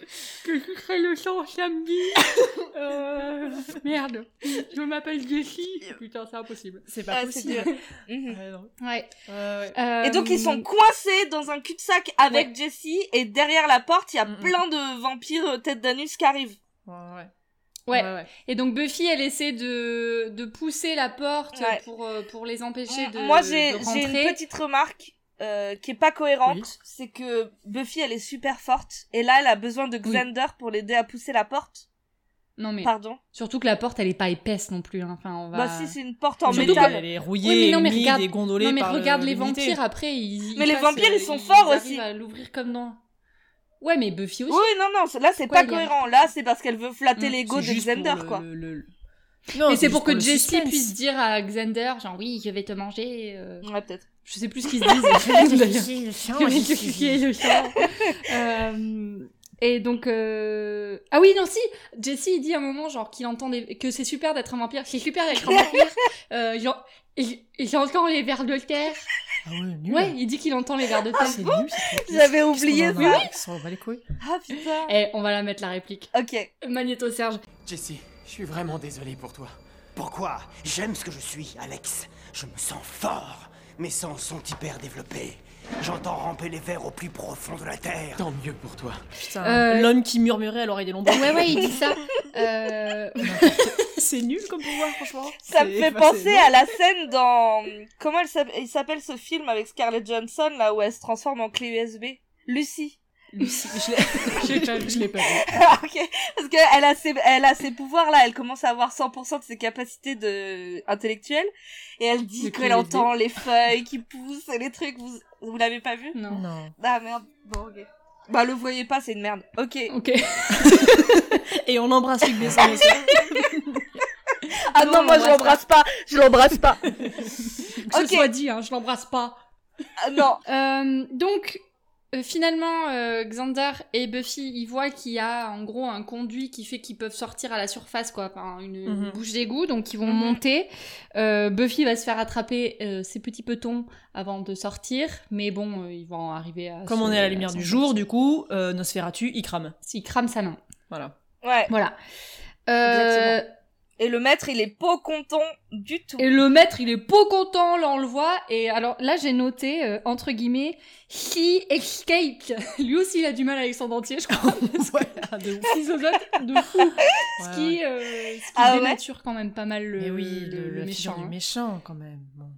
B: Je sucerai le sang samedi. Euh, merde. Je m'appelle Jessie. Putain, c'est impossible.
C: C'est pas
D: Ah, c'est
C: possible.
D: dur. Mhm.
C: Ouais, non.
B: Ouais.
C: Ouais, ouais.
B: Euh,
D: Et donc ils sont coincés dans un cul-de-sac avec Jessie et derrière la porte il y a
C: Mm, mm.
D: plein de vampires euh, tête d'anus qui arrivent.
C: Ouais, ouais.
B: Ouais.
C: Ouais, ouais.
B: Et donc Buffy, elle essaie de, de pousser la porte
D: Ouais. Ah,
B: pour, euh, pour les empêcher de.
D: Moi j'ai
B: de
D: j'ai
B: rentrer.
D: une petite remarque euh, qui est pas cohérente,
C: Oui.
D: c'est que Buffy elle est super forte et là elle a besoin de Xander pour l'aider à pousser la porte.
B: Non mais
D: Pardon.
B: surtout que la porte, elle est pas épaisse non plus. hein. Enfin, on va.
D: Bah si c'est une
C: Oh,
D: porte en
B: Surtout
D: métal.
B: que-
C: Elle est
B: Oui,
C: rouillée,
B: mais non, mais
C: humide
B: regarde-
C: et gondolée
B: Non mais
C: par, euh,
B: regarde les
C: l'humidité.
B: vampires après ils. ils
D: Mais les
B: passent,
D: vampires,
B: euh,
D: ils sont forts
B: arrivent
D: aussi.
B: à l'ouvrir comme dans. Ouais mais Buffy aussi.
D: Oui non non là
B: Pourquoi
D: c'est pas
B: il y a-
D: cohérent là c'est parce qu'elle veut flatter
B: Mm,
D: l'ego de
C: C'est juste
D: Xander
C: pour le-
D: quoi.
C: le- le-
B: mais
C: Non,
B: c'est pour
C: juste
B: que
C: le
B: Jessie
C: suspense.
B: puisse dire à Xander genre oui je vais te manger. euh,
D: Ouais peut-être.
B: Je sais plus ce qu'ils se disent. d'ailleurs.
C: Tiens,
B: Le mec
C: j'ai-
B: qui fait le chant. Euh, Et donc euh, ah oui non si Jesse il dit à un moment genre qu'il entend des- que c'est super d'être un vampire c'est super d'être un vampire euh, genre, et- et j'entends les vers de terre
C: Ah ouais, nul. Ah,
B: ouais il dit qu'il entend les vers de terre
D: Ah
C: C'est nul. c'est trop
D: J'avais
C: triste.
D: oublié
C: Qu'est-ce qu'on en a- qu'est-ce qu'on en bat les couilles
D: Ah putain.
B: et Eh, on va la mettre la réplique
D: Ok.
B: Magnéto Serge
G: Jessie, je suis vraiment désolé pour toi.
F: Pourquoi J'aime ce que je suis, Alex. Je me sens fort. Mes sens sont hyper développés. J'entends ramper les vers au plus profond de la terre.
G: Tant mieux pour toi.
C: Putain,
B: Euh,
C: l'homme qui murmurait à l'oreille des lombards.
B: ouais ouais il dit ça Euh,
C: c'est nul comme pouvoir, franchement.
D: Ça me
C: C'est-
D: fait
C: enfin,
D: penser
C: c'est-
D: à la scène dans comment elle s'appelle, il s'appelle ce film avec Scarlett Johansson là où elle se transforme en clé USB. Lucie.
C: Lucie, je l'ai- je l'ai pas vu. Je l'ai pas vu.
D: Ah, ok. Parce que elle a ses, elle a ses pouvoirs là, elle commence à avoir 100% de ses capacités de intellectuelles et elle
B: De
D: dit
B: clé
D: qu'elle
B: USB.
D: entend les feuilles qui poussent et les trucs. Vous, vous l'avez pas vu
B: non
D: Ah merde. Bon ok. Bah le voyez pas, c'est une merde. Ok.
B: ok
C: Et on embrasse Luc Besson aussi.
D: Ah
B: non,
D: non, moi
B: on
D: je l'embrasse pas. Je l'embrasse pas.
B: que
D: Ok.
B: ce soit dit hein, je l'embrasse pas
D: Ah, non.
B: Euh, donc, euh, finalement, euh, Xander et Buffy, ils voient qu'il y a en gros un conduit qui fait qu'ils peuvent sortir à la surface, quoi, par une, une
C: Mhm.
B: bouche d'égout, donc ils vont
D: Mhm.
B: monter. Euh, Buffy va se faire attraper euh, ses petits petons avant de sortir, mais bon, euh, ils vont arriver à.
C: Comme
B: se-
C: on est à la lumière du jour, du coup, euh, Nosferatu, il crame.
B: Il crame sa main.
C: Voilà.
D: Ouais.
B: Voilà. Euh,
D: Exactement. Et le maître, il est pas content du tout.
B: et le maître, il est pas content, là on le voit. Et alors là, j'ai noté, euh, entre guillemets, he escaped. Lui aussi, il a du mal avec son dentier, je crois.
C: ouais, ah, de ouf.
B: Il s'isote de fou.
C: Ouais,
B: Ce
C: ouais.
B: qui, euh, ce qui
D: Ah ouais
B: dénature quand même pas mal le,
C: Mais oui,
B: le- le méchant.
C: méchant.
B: hein.
C: méchant, quand même. Bon.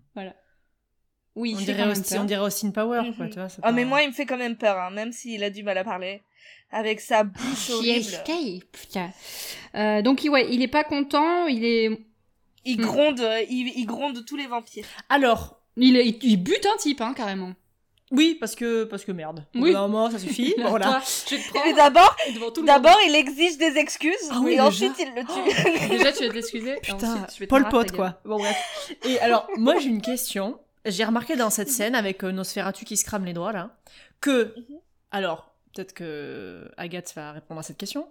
B: Oui, il
C: On,
B: fait
C: dirait
B: quand même
C: Austin,
B: peur.
C: on dirait Austin Power, quoi,
D: Mhm.
C: tu vois. c'est
D: Ah mais
C: pas-
D: moi il me fait quand même peur, hein, même s'il a du mal à parler. Avec sa bouche
B: Qui
D: horrible.
B: escape, putain. Euh, donc il- ouais, il est pas content, il est,
D: Il
B: Mm.
D: gronde, euh, il, il gronde tous les vampires.
C: Alors,
B: il, est- il bute un type hein, carrément.
C: oui, parce que, parce que merde. Au
B: Oui.
C: bout d'un moment, ça suffit.
B: Là,
C: voilà.
B: toi, je vais te
D: Mais
B: prendre
D: d'abord,
B: devant tout le monde.
D: d'abord il exige des excuses
C: Ah oui,
D: et
C: déjà. Oh.
D: ensuite il le tue.
B: Déjà tu vas t'excuser. et
C: Putain,
B: ensuite, je vais te
C: Paul
B: marrer ta
C: Pot,
B: gueule.
C: quoi. Bon, bref. Et alors, moi, j'ai une question. J'ai remarqué dans cette scène, avec euh, Nosferatu qui se crame les doigts, là, que...
B: Mhm.
C: Alors, peut-être que Agathe va répondre à cette question.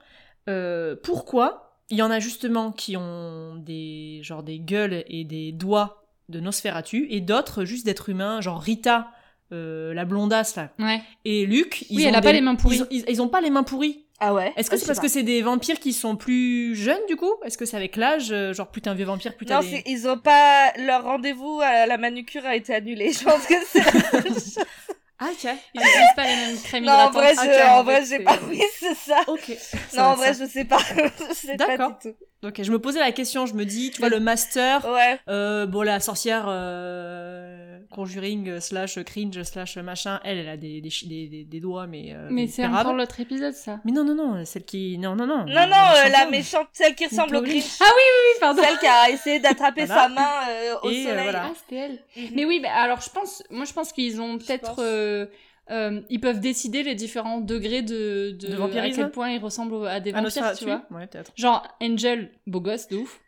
C: Euh, pourquoi il y en a justement qui ont des, genre, des gueules et des doigts de Nosferatu, et d'autres juste d'êtres humains, genre Rita, euh, la blondasse, là,
B: Ouais.
C: et Luc... Ils
B: Oui,
C: ont
B: elle a
C: des-
B: pas les mains pourries.
C: Ils ont, ils- ils ont pas les mains pourries.
D: Ah ouais
C: Est-ce que
D: Ah,
C: c'est
D: je
C: parce
D: sais
C: que c'est des vampires qui sont plus jeunes, du coup Est-ce que c'est avec l'âge, euh, genre, plus t'es un vieux vampire, plus
D: pas.
C: t'as
D: Non,
C: des...
D: c'est- ils ont pas leur rendez-vous à la manucure a été annulé. Je pense que c'est.
C: Ah, ok.
B: Ils n'utilisent pas les mêmes crèmes
D: non, en
B: hydratantes. Ah,
D: vrai, je,
C: Ah, ok,
D: en
C: en fait,
D: vrai, j'ai
C: c'est-
D: pas. Oui, c'est ça.
C: Ok.
D: non, en vrai, je sais pas. je sais pas
C: D'accord.
D: du tout.
C: Donc, je me posais la question, je me dis, tu vois, le master,
D: Ouais.
C: euh, bon, la sorcière euh, conjuring euh, slash cringe slash machin, elle, elle a des, des, chi- des, des- des doigts, mais. euh,
B: Mais
C: des
B: c'est
C: pérables.
B: encore l'autre épisode ça.
C: Mais non, non, non, celle qui. Non, non, non.
D: Non, non, euh, la
C: champion.
D: méchante, celle qui ressemble au
B: Nicolas.
D: Grinch.
B: Ah oui oui oui pardon.
D: Celle qui a essayé d'attraper
C: Voilà.
D: sa main euh, au
C: Et, euh,
D: soleil.
C: voilà.
B: Ah, c'était elle.
D: Mhm.
B: Mais oui, bah, alors je pense, moi je pense qu'ils ont peut-être,
D: pense.
B: euh, euh, ils peuvent décider les différents degrés de, de,
C: De vampirisme.
B: à quel point ils ressemblent au- à des
C: Ah, non,
B: vampires,
C: ça,
B: tu vois.
C: Ouais, peut-être.
B: Genre Angel, beau gosse, de ouf.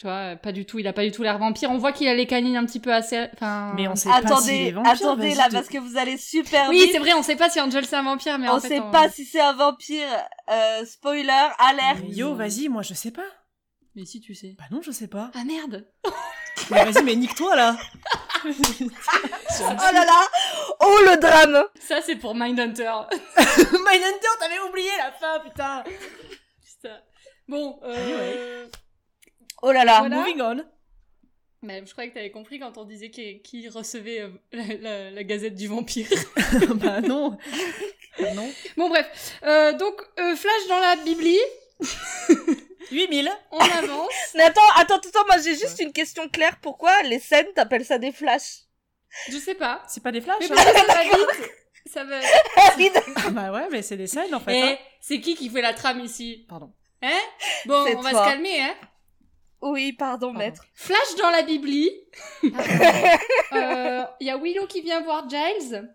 B: Tu vois, pas du tout, il a pas du tout l'air vampire. On voit qu'il a les canines un petit peu assez. Enfin...
C: Mais on sait pas s'il
D: Attendez,
C: est vampire.
D: attendez
C: vas-y,
D: là,
C: te-
D: parce que vous allez super
B: Oui,
D: vite.
B: c'est vrai, on sait pas si Angel c'est un vampire, mais
D: on
B: en fait.
D: sait pas si c'est un vampire. Euh, spoiler, alerte.
C: Mais Yo, vas-y, moi je sais pas.
B: Mais si tu sais.
C: Bah non, je sais pas.
B: Ah merde
C: Mais vas-y, mais nique-toi là.
D: Oh là là Oh le drame
B: Ça, c'est pour Mindhunter.
C: Mindhunter, t'avais oublié la fin, putain.
B: Putain. Bon, euh...
D: Oh là là
B: Voilà.
C: Moving on.
B: Mais Bah, je croyais que t'avais compris quand on disait qu'il qu'il recevait euh, la, la- la gazette du vampire.
C: bah non. non.
B: bon, bref. Euh, donc, euh, flash dans la Bibli.
C: 8000.
B: On avance.
D: Mais attends, attends, attends, moi j'ai juste une question claire. Pourquoi les scènes t'appelles ça des flashs
B: Je sais pas.
C: C'est pas des flashs.
B: Mais
C: hein.
B: parce que ça va vite. Ça va...
C: Ah bah ouais, mais c'est des scènes en fait.
B: Eh,
C: hein.
B: c'est qui qui fait la trame ici
C: Pardon.
B: Hein Bon,
D: C'est
B: on va
D: toi.
B: se calmer, hein
D: Oui, pardon,
C: Pardon.
D: maître.
B: Flash dans la Bibli. Euh, Il y a Willow qui vient voir Giles.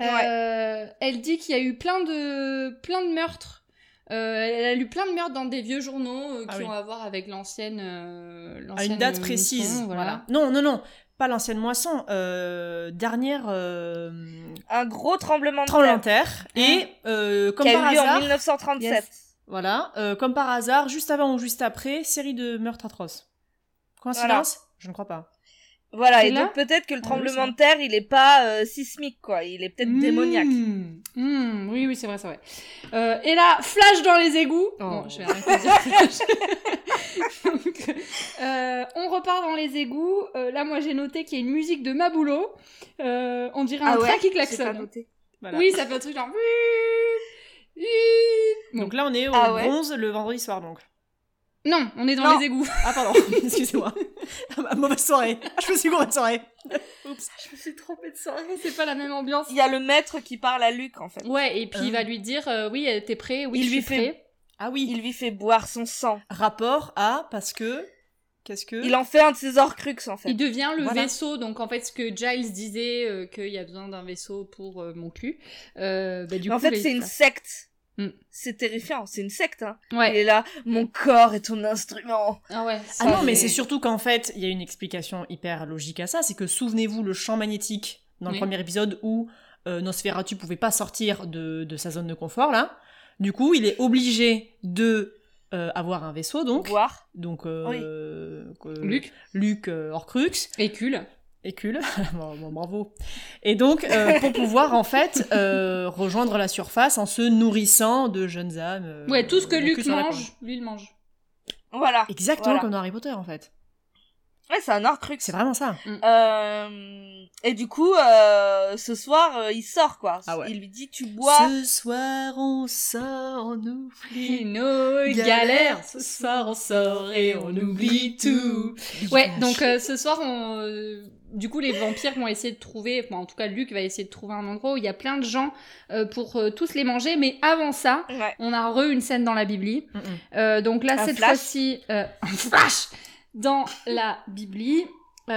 B: Euh, Elle dit qu'il y a eu plein de, plein de meurtres. Euh, elle a lu plein de meurtres dans des vieux journaux euh, qui
C: Ah oui.
B: ont à voir avec l'ancienne. euh,
C: À
B: l'ancienne
C: une date
B: moisson,
C: précise.
B: voilà.
C: Non, non, non. Pas l'ancienne moisson. Euh, dernière euh,
D: Un gros tremblement de
C: tremblement
D: terre
C: de terre. Et euh, comme
D: qui
C: par
D: a eu lieu en
C: hasard.
D: 1937.
C: Voilà. euh, comme par hasard, juste avant ou juste après, série de meurtres atroces. Coïncidence Je ne crois pas.
D: Voilà,
B: C'est
D: et
B: là
D: donc peut-être que
C: Ah oui,
D: le
C: ça.
D: tremblement de terre, il est pas euh, sismique, quoi. Il est peut-être démoniaque.
B: Mmh. Mmh, oui, oui, c'est vrai, c'est vrai. Euh, et là, flash dans les égouts. Bon, je vais arrêter de dire flash. Donc, euh, on repart dans les égouts. Euh, là, moi, j'ai noté qu'il y a une musique de Maboulot. Euh, on dirait un train qui
D: J'ai pas
B: klaxonne.
D: noté.
C: Voilà.
B: Oui, ça fait un truc genre.
C: Donc là, on est au
D: Ah ouais.
C: 11 le vendredi soir, donc.
B: Non, on est dans
D: Non.
B: les égouts.
C: Ah, pardon, excusez-moi. Ah, bah, mauvaise soirée. Je me suis gourée de soirée. Oups.
D: Je me suis trompée de soirée.
B: C'est pas la même ambiance.
D: Il y a le maître qui parle à Luc, en fait.
B: Ouais, et puis il
C: Euh.
B: va lui dire euh, Oui, euh, t'es prêt Oui,
D: Il
B: je
D: lui
B: suis
D: fait-
B: prêt.
C: Ah oui.
D: Il lui fait boire son sang.
C: Rapport à, parce que. Qu'est-ce que.
D: Il en fait un de ses orcrux, en fait.
B: Il devient le
C: Voilà.
B: vaisseau, donc en fait ce que Giles disait, euh, qu'il y a besoin d'un vaisseau pour euh, mon cul. Euh, bah, du
D: Mais en
B: coup,
D: fait,
B: les-
D: c'est une secte.
B: Hmm.
D: C'est terrifiant, c'est une secte. Hein. Il
B: Ouais.
D: est là, mon corps est ton instrument.
B: Ah ouais.
C: Ah
D: Ça,
C: non, mais
D: c'est-
C: c'est surtout qu'en fait, il y a une explication hyper logique à ça. C'est que souvenez-vous le champ magnétique dans le
B: Oui.
C: premier épisode où euh, Nosferatu pouvait pas sortir de, de sa zone de confort, là. Du coup, il est obligé de euh, avoir un vaisseau, donc.
D: Boire.
C: Donc. euh, que-
B: Luc,
C: Luc euh, Horcrux.
B: écule.
C: Écule, bon, bon, bravo. Et donc, euh, pour pouvoir en fait euh, rejoindre la surface en se nourrissant de jeunes âmes. euh,
B: Ouais, tout ce que
C: le
B: Luc
C: cul sur la
B: mange,
C: pomme.
B: lui il mange.
D: Voilà.
C: Exactement
D: Voilà.
C: comme dans Harry Potter en fait.
D: Ouais, c'est un orcrux.
C: C'est vraiment ça.
D: Euh, et du coup, euh, ce soir, euh, il sort, quoi.
C: Ah ouais.
D: Il lui dit, tu bois.
C: Ce soir on sort, on oublie.
B: Nos galères, ce soir on sort et on oublie tout. Ouais, donc euh, ce soir, on, euh, du coup, les vampires vont essayer de trouver, enfin, en tout cas, Luc va essayer de trouver un endroit où il y a plein de gens euh, pour euh, tous les manger, mais avant ça,
D: Ouais.
B: on a re une scène dans la Bibli.
C: Mm-mm.
B: Euh, donc là,
D: Un
B: cette
D: flash.
B: fois-ci, euh, un flash dans la Bibli.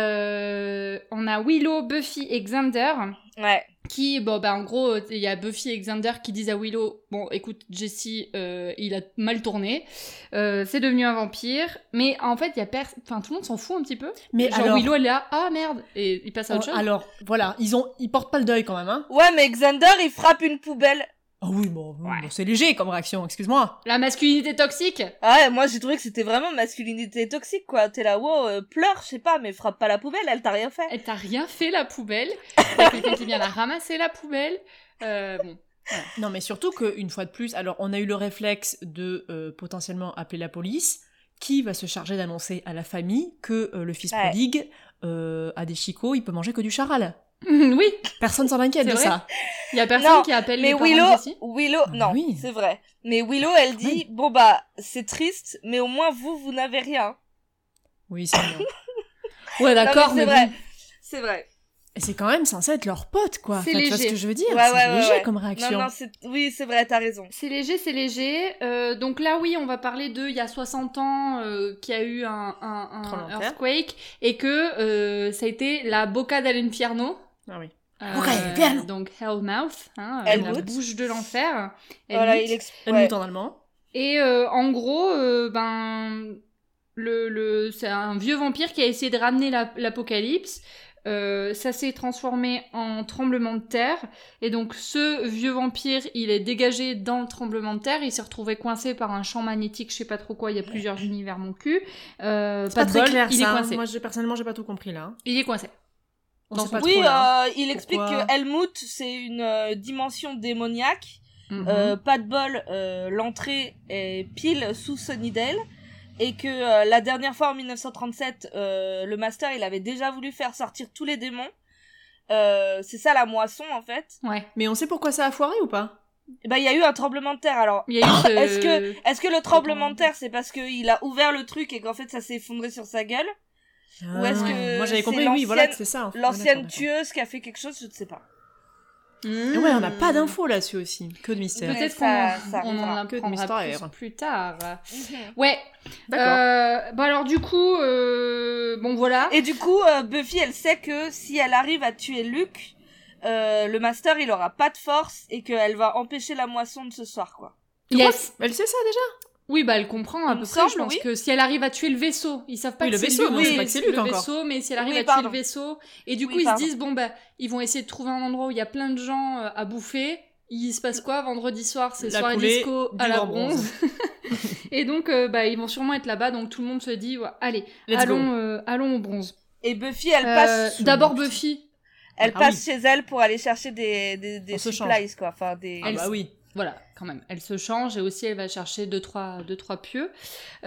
B: Euh, on a Willow, Buffy et Xander
D: Ouais.
B: qui, bon, bah, en gros, il y a Buffy et Xander qui disent à Willow, bon, écoute, Jesse, euh, il a mal tourné, Euh, c'est devenu un vampire, mais en fait, il y a pers- enfin, tout le monde s'en fout un petit peu.
C: Mais
B: Genre,
C: alors, Oh,
B: Willow, elle est là, ah merde, et il passe à autre chose.
C: alors, voilà, ils ont, ils portent pas le deuil quand même. Hein
D: Ouais, mais Xander, il frappe une poubelle.
C: Ah oui, bon, oui,
B: Ouais.
C: bon, c'est léger comme réaction. Excuse-moi.
B: La masculinité toxique
D: Ah ouais, moi j'ai trouvé que c'était vraiment masculinité toxique, quoi. T'es là, wow, euh, pleure, je sais pas, mais frappe pas la poubelle, elle t'a rien fait.
B: Elle t'a rien fait la poubelle. Il y a quelqu'un qui vient la ramasser la poubelle. Euh, bon.
C: Non, mais surtout qu'une fois de plus, alors on a eu le réflexe de euh, potentiellement appeler la police. Qui va se charger d'annoncer à la famille que euh, le fils
D: Ouais.
C: prodigue euh, a des chicots, il peut manger que du charal
B: oui,
C: Personne s'en inquiète
B: C'est
C: de
B: vrai.
C: ça.
B: il y a personne
D: Non,
B: qui appelle les
D: Mais
B: parents
D: Willow,
B: de Jessie.
D: Willow, non,
C: Ah oui. Ah,
D: c'est vrai. Mais Willow, elle dit, bon bah, c'est triste, mais au moins vous, vous n'avez rien.
C: Oui, c'est mignon.
B: Ouais, d'accord,
D: Non, mais
B: mais,
D: c'est vrai. C'est vrai.
C: Et c'est quand même censé être leur pote, quoi.
B: C'est
C: Enfin, Tu vois
B: léger.
C: ce que je veux dire
D: Ouais,
C: C'est
D: ouais, ouais,
C: léger
D: ouais.
C: comme
D: Non,
C: réaction.
D: non, c'est, oui, c'est vrai, t'as raison.
B: C'est léger, c'est léger. Euh, donc là, oui, on va parler de il y a 60 ans euh, qu'il y a eu un, un- un
C: Tremblement de terre.
B: earthquake et que euh, ça a été la Boca dell'Inferno.
C: Ah oui.
B: Euh,
C: Boca dell'Inferno.
B: donc Hellmouth, hein, euh, la
D: Hellmouth. Oh
B: bouche de l'enfer.
D: voilà,
B: Hellmouth.
D: il explique.
C: Elle mute en allemand.
B: Et euh, en gros, euh, ben le, le- c'est un vieux vampire qui a essayé de ramener la- l'apocalypse. Euh, ça s'est transformé en tremblement de terre. Et donc ce vieux vampire, il est dégagé dans le tremblement de terre. Il s'est retrouvé coincé par un champ magnétique, je sais pas trop quoi. Il y a plusieurs univers mon cul. Euh,
C: C'est
B: pas,
C: pas,
B: de
C: très
B: bol,
C: clair
B: il
C: ça. hein.
B: est coincé.
C: Moi, j'ai- personnellement, j'ai pas tout compris là. hein.
B: Il est coincé.
C: On
B: Dans
C: sait
B: son-
C: pas
D: Oui,
C: trop, là. hein.
D: euh, il explique
C: Pourquoi
D: que Helmut, c'est une euh, dimension démoniaque.
B: Mhm.
D: Euh, pas de bol, euh, l'entrée est pile sous Sunnydale. Et que euh, la dernière fois en 1937, euh, le master il avait déjà voulu faire sortir tous les démons. Euh, c'est ça la moisson en fait.
B: Ouais.
C: Mais on sait pourquoi ça a foiré ou pas
D: Et ben il y a eu un tremblement de terre alors.
B: Il y a eu ce-
D: Est-ce que- Est-ce que le tremblement de terre c'est parce qu'il a ouvert le truc et qu'en fait ça s'est effondré sur sa gueule Ou est-ce que
C: Ah, Moi, j'avais
D: c'est
C: compris, oui, voilà,
D: l'ancienne-
C: que c'est ça. en fait.
D: L'ancienne
C: D'accord,
D: tueuse qui a fait quelque chose, je ne sais pas.
C: d'accord. Ouais, on n'a pas d'infos là-dessus aussi. Que de mystère.
D: Ouais,
B: Peut-être
D: ça-
B: qu'on
D: ça
B: on en
D: arrivera.
C: Que de
B: apprendra plus,
C: mystère.
B: plus tard. Ouais.
C: D'accord.
B: Euh, bah alors du coup, euh, bon voilà.
D: Et du coup, euh, Buffy, elle sait que si elle arrive à tuer Luke, euh, le master, il aura pas de force et qu'elle va empêcher la moisson de ce soir, quoi.
B: Yes.
C: Elle sait ça déjà
B: Oui, bah elle comprend à
D: Il
B: peu
D: me
B: près. Je
D: semble,
B: pense
D: oui.
B: que si elle arrive à tuer le vaisseau, ils savent pas
C: Oui,
B: que
C: le
B: c'est
C: vaisseau,
B: Luke,
C: oui,
B: c'est
C: c'est pas que c'est Luke
B: le
C: encore.
B: vaisseau, mais si elle arrive
D: Oui,
B: à
D: pardon.
B: tuer le vaisseau, et du
D: Oui,
B: coup ils
D: pardon.
B: se disent bon bah ils vont essayer de trouver un endroit où il y a plein de gens euh, à bouffer. Il se passe quoi vendredi soir C'est
C: La
B: soirée
C: coulée
B: disco
C: du
B: à la
C: Grand
B: bronze. et donc euh, bah ils vont sûrement être là-bas. Donc tout le monde se dit ouais, allez,
C: Let's go.
B: allons euh, allons au bronze.
D: Et Buffy, elle
B: Euh,
D: passe,
B: D'abord Buffy.
D: elle
C: Ah
D: passe chez elle pour aller chercher des, des,
C: On
D: des
C: se
D: supplies, quoi. Enfin, des...
C: Ah bah oui.
B: voilà, quand même, elle se change et aussi elle va chercher deux trois deux trois pieux.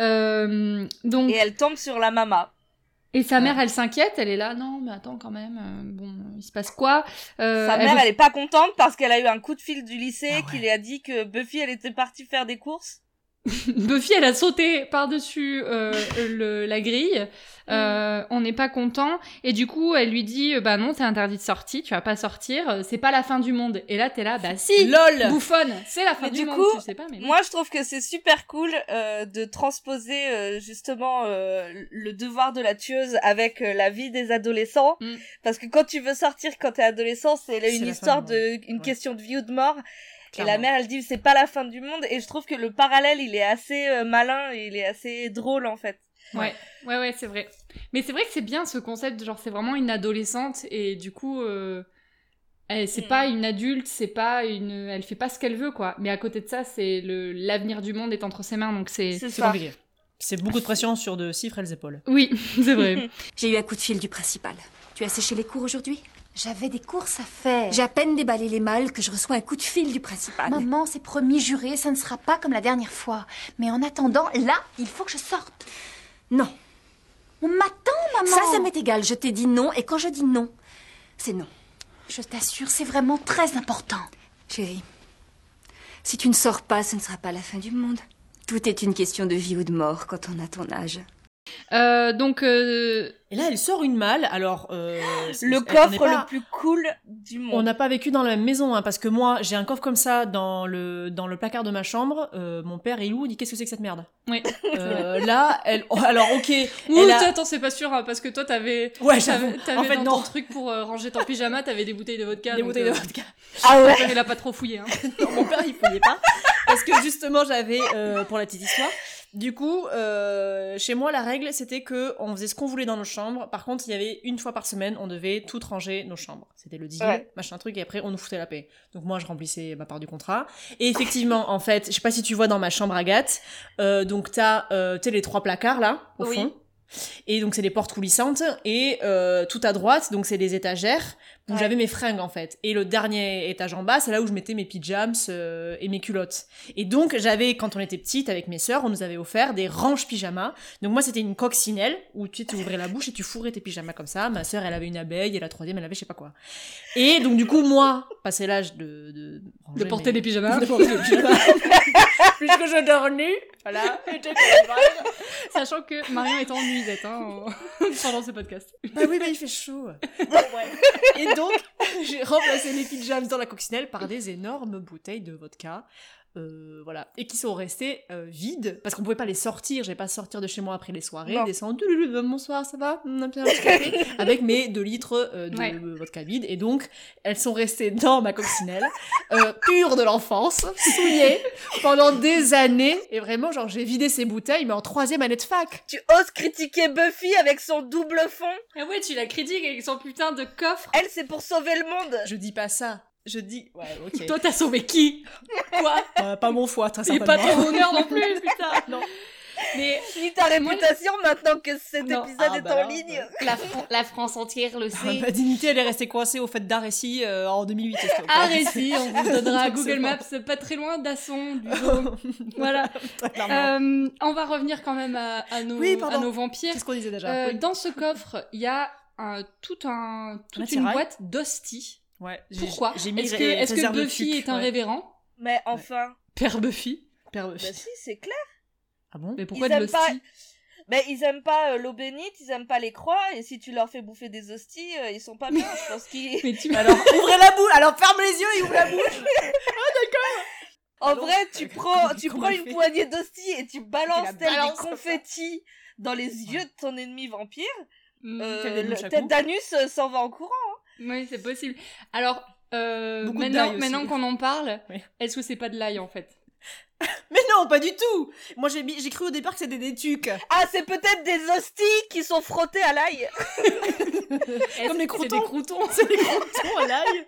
B: Euh, donc
D: Et
B: et,
D: elle tombe sur la mama.
B: sa mère, elle s'inquiète, elle est là, non mais attends quand même, euh, bon il se passe quoi Euh,
D: Sa
B: elle
D: mère,
B: veut-
D: elle est pas contente parce qu'elle a eu un coup de fil du lycée
F: Ah ouais.
D: qui lui a dit que Buffy, elle était partie faire des courses.
B: Buffy, elle a sauté par dessus la grille.
D: Mm.
B: Euh, on n'est pas content et du coup elle lui dit euh, bah non t'es interdit de sortir, tu vas pas sortir, euh, c'est pas la fin du monde. Et là t'es là bah si
C: LOL
B: bouffonne, c'est la fin
D: Mais
B: du,
D: du
B: monde.
D: coup,
B: tu sais pas mais
D: Moi, je trouve que c'est super cool euh, de transposer euh, justement euh, le devoir de la tueuse avec euh, la vie des adolescents,
B: Mm.
D: parce que quand tu veux sortir quand t'es adolescent, c'est
C: C'est
D: une
C: la
D: histoire
C: fin du
D: de, une
C: Ouais.
D: question de vie ou de mort.
C: Clairement.
D: Et la mère, elle dit c'est pas la fin du monde, et je trouve que le parallèle, il est assez euh, malin, et il est assez drôle en fait.
B: Ouais, ouais, ouais, c'est vrai. Mais c'est vrai que c'est bien ce concept, genre c'est vraiment une adolescente et du coup, euh, elle c'est
D: Mm.
B: pas une adulte, c'est pas une, elle fait pas ce qu'elle veut quoi. Mais à côté de ça, c'est le l'avenir du monde est entre ses mains, donc c'est.
D: C'est
C: C'est
D: ça.
C: compliqué. C'est beaucoup de pression sur de si frêles épaules.
B: Oui, c'est vrai.
H: J'ai eu un coup de fil du principal. Tu as séché les cours aujourd'hui
E: J'avais des courses à faire.
H: J'ai à peine déballé les malles que je reçois un coup de fil du principal.
E: Maman, c'est promis, juré, ça ne sera pas comme la dernière fois. Mais en attendant, là, il faut que je sorte.
H: Non.
E: On m'attend, maman.
H: Ça, ça m'est égal. Je t'ai dit non, et quand je dis non, c'est non.
E: Je t'assure, c'est vraiment très important.
H: Chérie, si tu ne sors pas, ce ne sera pas la fin du monde. Tout est une question de vie ou de mort quand on a ton âge.
B: Euh, donc euh,
C: Et là, elle sort une malle. Alors, euh, c'est-
D: Le
C: on n'est
D: coffre
C: pas-
D: le plus cool du
C: On
D: monde.
C: n'a pas vécu dans la même maison, hein, parce que moi, j'ai un coffre comme ça dans le, dans le placard de ma chambre. euh, mon père, il ouvre, il dit Qu'est-ce que c'est que cette merde
B: Oui.
C: Euh, Là, elle. oh, alors, ok.
B: ouh,
C: elle a-
B: toi, attends, c'est pas sûr hein, parce que toi t'avais.
C: Ouais, j'avais.
B: T'avais, t'avais
C: En fait,
B: dans
C: non.
B: ton truc pour euh, ranger ton pyjama, t'avais des bouteilles de vodka.
C: Des
B: donc,
C: bouteilles de
B: euh,
C: vodka.
D: Ah ouais.
B: Elle a pas trop fouillé. Hein.
C: Non, mon père, il fouillait pas. Parce que justement, j'avais, euh, pour la petite histoire, du coup, euh, chez moi, la règle, c'était que on faisait ce qu'on voulait dans nos chambres. Par contre, il y avait une fois par semaine, on devait tout ranger nos chambres. C'était le deal,
D: Ouais.
C: machin truc, et après, on nous foutait la paix. Donc moi, je remplissais ma part du contrat. Et effectivement, en fait, je sais pas si tu vois dans ma chambre, Agathe, euh, donc t'as, euh, tu sais, les trois placards, là, au
D: Oui.
C: fond. Et donc, c'est les portes coulissantes. Et euh, tout à droite, donc, c'est les étagères où
D: Ouais.
C: j'avais mes fringues en fait. Et le dernier étage en bas, c'est là où je mettais mes pyjamas euh, et mes culottes. Et donc j'avais, quand on était petite avec mes sœurs, on nous avait offert des ranges pyjamas. Donc moi c'était une coccinelle où tu, sais, tu ouvrais la bouche et tu fourrais tes pyjamas comme ça. Ma sœur elle avait une abeille et la troisième elle avait je sais pas quoi. Et donc du coup moi, passé l'âge de... De,
B: De
C: ranger
B: porter
C: mes-
B: des pyjamas.
C: de porter des pyjamas. Puisque je dors nu, voilà, j'étais couverte.
B: Sachant que Marion est en nuisette hein, en- pendant ce podcast.
C: Bah oui, mais il fait chaud. Et donc, j'ai remplacé les pyjamas dans la coccinelle par des énormes bouteilles de vodka euh, voilà, et qui sont restés euh, vides parce qu'on pouvait pas les sortir. J'ai pas sortir de chez moi après les soirées,
D: Non.
C: descendre, Doulou, doulou, bonsoir, ça va, Mm, un petit- un petit café avec mes 2 litres euh, de
B: Ouais.
C: vodka vide. Et donc, elles sont restées dans ma coccinelle, euh, pure de l'enfance, souillées pendant des années. Et vraiment, genre, j'ai vidé ces bouteilles, mais en troisième année de fac.
D: Tu oses critiquer Buffy avec son double fond
B: Ah ouais, tu la critiques avec son putain de coffre.
C: Eh,
D: Elle, c'est pour sauver le monde
C: Je dis pas ça. Je dis, ouais, ok.
B: Toi, t'as sauvé qui Quoi
C: Bah, pas mon foie, très
B: Et pas
C: certainement.
B: ton honneur non plus, putain. Non. Mais
D: Ni ta
B: Moi,
D: réputation maintenant que cet
B: Non.
D: épisode
C: Ah,
D: est
C: bah
D: en
C: là,
D: ligne.
C: bah.
B: la, Fran- la France entière le
C: Ah,
B: sait.
C: ma dignité, elle est restée coincée au fait d'Arécy euh, en 2008. est-ce que-
B: Arrêtez, ah, on vous donnera
C: Donc, c'est
B: Google
C: bon.
B: Maps pas très loin d'Asson, du Dôme. Voilà.
C: Clairement.
B: Euh, on va revenir quand même à, à nos,
C: Ah, Oui, pardon.
B: à nos vampires.
C: Qu'est-ce qu'on disait déjà
B: Euh,
C: Oui.
B: Dans ce coffre, il y a un, tout un, toute une
C: L'attirail.
B: boîte d'hosties.
C: Ouais, Ah, j'ai-
B: Pourquoi
C: j'ai mis
B: Est-ce
C: ré-
B: que, est-ce que
C: réserve de
B: Buffy
C: sucre,
B: est un
C: ouais.
B: révérend
D: Mais enfin,
B: Père Buffy
C: Père
D: bah
C: Buffy.
D: si, c'est clair.
C: Ah bon
B: Mais pourquoi
D: Ils
B: de
D: aiment pas-
B: l'hostie
D: Mais ils aiment pas euh, l'eau bénite, ils aiment pas les croix, et si tu leur fais bouffer des hosties, euh, ils sont pas bien, je pense qu'ils...
B: Mais tu
C: Alors, ouvrez la bouche Alors, ferme les yeux et ouvre la bouche
D: En
C: Allons.
D: vrai, tu prends, tu
C: Comment
D: prends
C: elle
D: une
C: fait
D: poignée d'hosties et tu
C: Tu la
D: balances tel
C: balances
D: des
C: comme ça.
D: confettis dans les yeux de ton ennemi vampire.
B: Mm,
D: Euh,
C: tel des
D: le
C: mouches à
D: tête
C: coups.
D: d'anus euh, s'en va en courant.
B: Oui, c'est possible. Alors, euh,
C: Beaucoup de
B: maintenant,
C: d'ail aussi.
B: maintenant qu'on en parle,
C: Oui.
B: est-ce que c'est pas de l'ail en fait
C: Mais non, pas du tout Moi, j'ai mis- j'ai cru au départ que c'était des tucs.
D: Ah, c'est peut-être des hosties qui sont frottées à l'ail.
B: Est-ce
C: Comme les
B: que c'est
C: croutons.
B: des croutons.
C: C'est des croutons à l'ail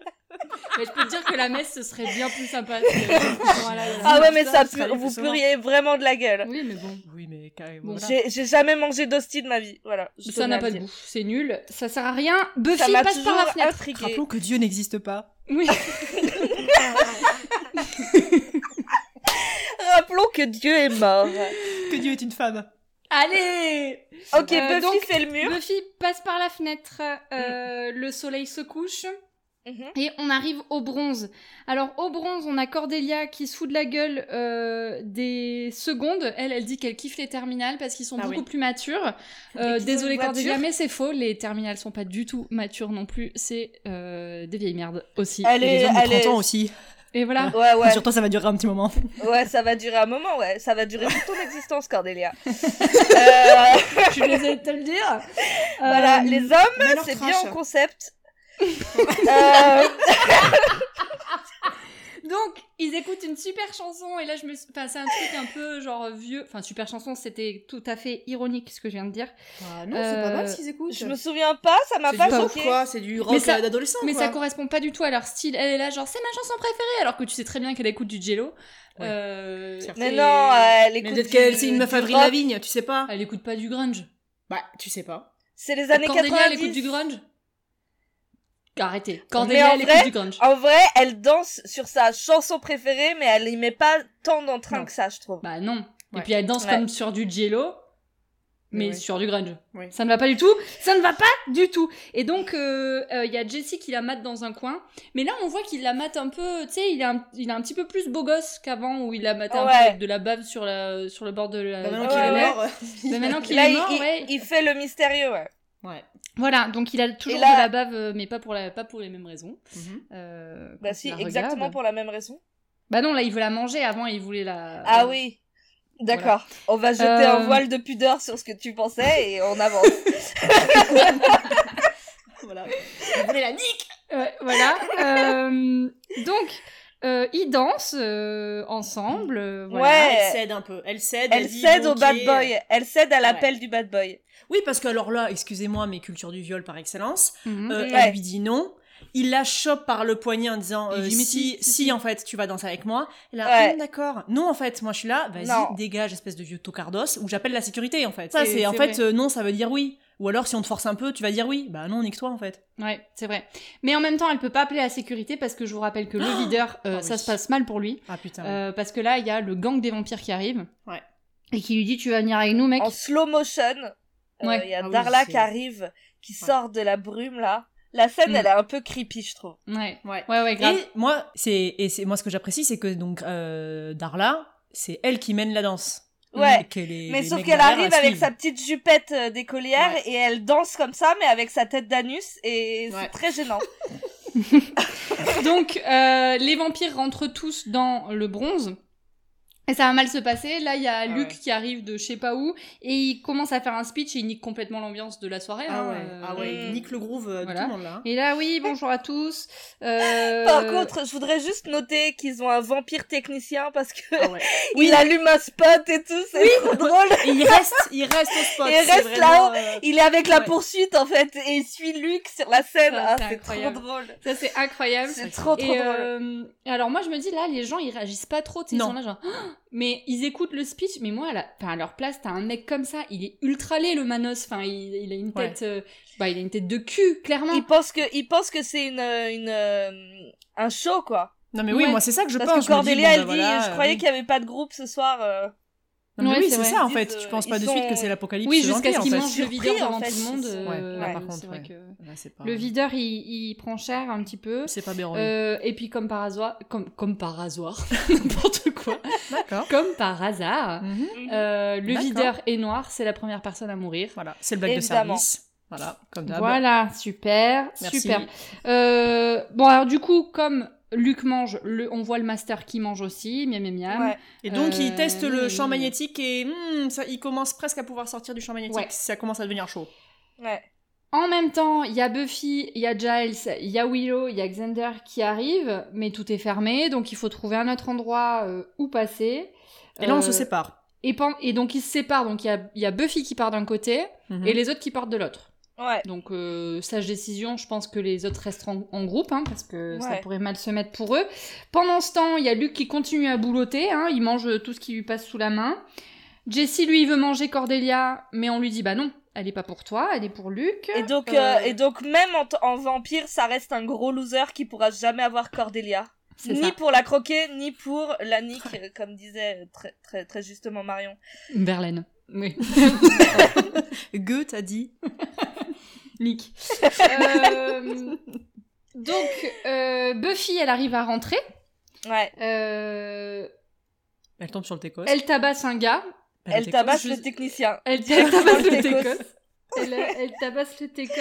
B: Mais je peux te dire que la messe, ce serait bien plus sympa. que les croutons à l'ail.
D: Ah ouais, mais
C: putain,
D: ça,
C: ce serait
D: pue- vous
C: plus sauvant.
D: puriez vraiment de la gueule.
B: Oui, mais bon.
C: Oui, mais
B: Bon,
C: carrément.
B: Voilà.
D: J'ai- J'ai jamais mangé d'hosties de ma vie. Voilà. je
B: Ça
D: tenais à
B: n'a pas
D: le
B: de
D: dire.
B: goût, c'est nul, ça sert à rien. Buffy
D: Ça m'a
B: passe
D: toujours
B: par la fenêtre.
D: intriguée.
C: Rappelons que Dieu n'existe pas.
B: Oui.
D: Rappelons que Dieu est mort.
C: Que Dieu est une femme.
B: Allez
D: Ok,
B: Euh,
D: Buffy
B: donc,
D: fait le mur.
B: Buffy passe par la fenêtre,
D: Mm.
B: euh, le soleil se couche
D: Mhm.
B: et on arrive au bronze. Alors au bronze, on a Cordelia qui se fout de la gueule euh, des secondes. Elle, elle dit qu'elle kiffe les terminales parce qu'ils sont
C: Ah
B: beaucoup
C: oui.
B: plus matures. Euh,
D: Et qu'ils ont
B: désolée
D: une
B: Cordelia,
D: voiture.
B: mais c'est faux. Les terminales sont pas du tout matures non plus. C'est euh, des vieilles merdes aussi.
D: Elle
C: Et les
D: est,
C: hommes de
D: elle
C: 30
D: est.
C: ans aussi.
B: Et voilà.
D: Ouais, ouais.
C: Sur toi, ça va durer un petit moment.
D: Ouais, ça va durer un moment, ouais. Ça va durer toute ton existence, Cordelia. Euh,
B: Je les ai de te le dire.
D: voilà,
B: Euh,
D: les hommes,
C: Malheur
D: c'est
C: trash.
D: bien en concept. Euh,
B: Donc, ils écoutent une super chanson, et là, je me suis... Enfin, c'est un truc un peu, genre, vieux... Enfin, super chanson, c'était tout à fait ironique, ce que je viens de dire.
C: Ah
B: Bah, non, c'est pas mal ce
C: qu'ils écoutent.
D: je me souviens pas, ça m'a
C: C'est
D: pas
C: du pop,
D: choqué.
C: quoi, c'est du
B: Mais
C: rock
B: ça-
C: euh, d'adolescent.
B: Mais
C: quoi.
B: ça correspond pas du tout à leur style. Elle est là, genre, c'est ma chanson préférée, alors que tu sais très bien qu'elle écoute du Jello.
C: Ouais.
B: Euh,
C: Certes.
D: Mais
B: et-
D: non, euh, elle
C: Mais
D: écoute
C: peut-être
D: du-
C: qu'elle, c'est une meuf
D: du
C: Avril
D: rock.
C: Lavigne, tu sais pas.
B: Elle écoute pas du grunge.
C: Bah, tu sais pas.
D: C'est les années
B: Cordelia,
D: 90.
B: elle écoute du grunge Arrêtez.
D: Mais
B: Cordelia,
D: en
B: elle
D: vrai-
B: écoute du grunge.
D: En vrai, elle danse sur sa chanson préférée, mais elle y met pas tant d'entrain
C: Non.
D: que ça, je trouve.
B: Bah non. Et
C: Ouais.
B: puis elle danse
D: Ouais.
B: comme sur du jello, mais
C: Ouais.
B: sur du grunge.
C: Ouais.
B: Ça ne va pas du tout. Ça ne va pas du tout. Et donc euh, euh, il y a Jesse qui la mate dans un coin, mais là on voit qu'il la mate un peu. Tu sais, il a un, il a un petit peu plus beau gosse qu'avant où il la matait un peu
D: Ouais.
B: avec de la bave sur la sur le bord de la.
C: Bah, maintenant
B: du
C: qu'il
B: canal.
C: est mort.
B: Mais Bah, maintenant qu'il
D: Là,
B: est
D: il,
B: mort,
D: il-
B: ouais.
D: il fait le mystérieux, ouais.
C: Ouais.
B: Voilà, donc il a toujours
D: Et là-
B: de la bave, euh, mais pas pour la pas pour les mêmes raisons. Euh, quand
D: Bah
B: il
D: si,
B: la regarde.
D: exactement pour la même raison.
B: Bah non, là il veut la manger. Avant il voulait la.
D: Ah oui. D'accord. On va jeter
B: Euh.
D: un voile de pudeur sur ce que tu pensais et on avance.
C: Voilà.
B: Ouais, voilà. Euh, donc, euh, ils dansent euh, ensemble. euh, voilà.
D: Ouais.
C: Bah, Elle cède un peu. Elle cède.
D: Elle
C: dit,
D: cède
C: bon,
D: au
C: ok,
D: bad boy. Elle cède à l'appel
C: euh, Ouais.
D: du bad boy.
C: Oui, parce que alors là, excusez-moi, mais culture du viol par excellence,
B: Mhm.
C: euh,
D: Ouais.
C: elle lui dit non. Il la chope par le poignet en disant
B: Il
C: euh,
B: dit, mais
C: si,
B: si,
C: si,
B: si,
C: en fait, tu vas danser avec moi. Elle a
D: Ouais.
C: hum, d'accord. Non, en fait, moi je suis là,
D: Non.
C: vas-y, dégage, espèce de vieux tocardos, ou j'appelle la sécurité en fait. Ça,
B: C'est-
C: c'est en
B: c'est
C: fait,
B: vrai.
C: euh, non, ça veut dire oui. Ou alors, si on te force un peu, tu vas dire oui. Bah non, nique-toi en fait.
B: Ouais, c'est vrai. Mais en même temps, elle peut pas appeler la sécurité parce que je vous rappelle que le videur, euh,
C: Ah
B: ça
C: oui.
B: se passe mal pour lui.
C: Ah putain.
B: euh, parce que là, il y a le gang des vampires qui arrive.
C: Ouais.
B: Et qui lui dit Tu vas venir avec nous, mec.
D: En slow motion, euh, il
B: Ouais.
D: y a
C: Ah oui,
D: Darla
C: c'est-
D: qui arrive, qui sort de la brume là. La scène,
B: Mm.
D: elle est un peu creepy, je trouve.
B: Ouais.
C: Ouais.
B: Ouais, ouais, grave.
C: Et moi, c'est et c'est moi ce que j'apprécie, c'est que donc euh, Darla, c'est elle qui mène la danse.
D: Ouais.
C: Et que les-
D: Mais
C: les
D: sauf
C: mecs
D: qu'elle
C: derrière la
D: arrive avec
C: suivent.
D: sa petite jupette euh, d'écolière et elle danse comme ça, mais avec sa tête d'anus et
C: Ouais.
D: c'est très gênant.
B: Donc, euh, les vampires rentrent tous dans le bronze. Et ça va mal se passer. Là, il y a
D: Ah
B: Luc
D: ouais.
B: qui arrive de je sais pas où et il commence à faire un speech et il nique complètement l'ambiance de la soirée.
C: Ah
B: hein,
C: ouais,
B: euh,
C: ah ouais,
D: Mm.
C: il nique le groove euh, de
B: Voilà.
C: tout le monde là. hein.
B: Et là, oui, bonjour à tous. Euh,
D: Par contre, je voudrais juste noter qu'ils ont un vampire technicien parce que
C: Ah ouais.
D: il allume un spot et tout, c'est trop drôle.
C: Et il reste, il reste au spot.
D: Il
C: c'est
D: reste
C: vraiment,
D: là-haut.
C: euh,
D: Il est avec la
C: Ouais.
D: poursuite en fait et il suit Luc sur la scène.
B: Ça,
D: Ah,
B: c'est
D: c'est trop
B: incroyable. Ah
D: drôle.
B: ça c'est incroyable.
D: C'est trop trop
B: Et,
D: drôle.
B: euh, et alors moi je me dis là les gens ils réagissent pas trop, tu sais, ils
C: Non.
B: sont là genre Ah mais ils écoutent le speech mais moi à, la- enfin, à leur place t'as un mec comme ça, il est ultra laid le Manos, enfin il, il a une
C: Ouais.
B: tête euh, bah il a une tête de cul clairement.
D: Il pense que il pense que c'est une une euh, un show quoi.
C: Non mais oui,
B: Ouais.
C: moi c'est ça que je
D: Parce
C: pense.
D: que
C: je me dis,
D: Cordelia
C: bon,
D: elle
C: bah,
D: dit
C: voilà,
D: je
C: euh,
D: croyais
C: oui.
D: qu'il y avait pas de groupe ce soir. euh.
C: Non, mais
B: Ouais,
C: oui,
B: c'est
C: c'est
B: vrai.
C: ça en
D: Ils
C: fait.
D: disent,
C: Tu
D: euh,
C: penses pas
D: ils
C: de suite
D: sont-
C: que c'est l'apocalypse.
B: oui,
C: de
B: jusqu'à ce
C: vampire,
B: qu'il
C: en fait.
B: mange le
D: Surpris,
B: videur
D: en
B: devant
D: fait,
B: tout le monde.
D: c'est-
B: euh,
C: Ouais,
B: là,
C: là,
B: par
C: par
B: contre,
C: contre,
B: c'est vrai
C: ouais.
B: que
C: Ouais, c'est pas-
B: le videur il, il prend cher un petit peu.
C: C'est pas Béron.
B: Euh, et puis comme par hasard, comme, comme par hasard, n'importe quoi,
C: D'accord.
B: comme par hasard,
C: Mhm.
B: euh, le
C: D'accord.
B: videur est noir, c'est la première personne à mourir.
C: Voilà, c'est le bac de
D: Évidemment.
C: service. Voilà, comme d'hab.
B: Voilà, super,
C: Merci.
B: super. Euh, bon, alors du coup, comme Luc mange, le, on voit le master qui mange aussi, miam miam miam.
D: Ouais.
C: Et donc
B: Euh,
C: il teste
B: oui.
C: le champ magnétique et hmm, ça, il commence presque à pouvoir sortir du champ magnétique.
B: Ouais.
C: Ça commence à devenir chaud.
D: Ouais.
B: En même temps, il y a Buffy, il y a Giles, il y a Willow, il y a Xander qui arrivent, mais tout est fermé, donc il faut trouver un autre endroit euh, où passer.
C: Et là on
B: Euh,
C: se sépare.
B: Et, pen- et donc ils se séparent, donc il y a, il y a Buffy qui part d'un côté
C: Mhm.
B: et les autres qui partent de l'autre.
D: Ouais.
B: Donc, euh, sage décision, je pense que les autres resteront en groupe, hein, parce que ça
D: Ouais.
B: pourrait mal se mettre pour eux. Pendant ce temps, il y a Luc qui continue à boulotter, hein, il mange tout ce qui lui passe sous la main. Jessie, lui, il veut manger Cordelia, mais on lui dit, bah non, elle est pas pour toi, elle est pour Luc.
D: Et donc,
B: Euh,
D: euh, et donc même en, t- en vampire, ça reste un gros loser qui pourra jamais avoir Cordelia.
B: C'est
D: Ni
B: ça.
D: pour la croquer, ni pour la nique, euh, comme disait euh, très, très, très justement Marion.
B: Verlaine. Oui.
C: Goethe a dit.
B: Nick. Euh, donc, euh, Buffy, elle arrive à rentrer.
D: Ouais.
B: Euh,
C: Elle tombe sur le Técos.
B: elle tabasse un gars.
D: Elle
C: tape.
D: tabasse
B: je-
D: le technicien.
B: Elle, elle tabasse le
D: le
B: técos.
D: técos.
B: Elle, elle tabasse le técos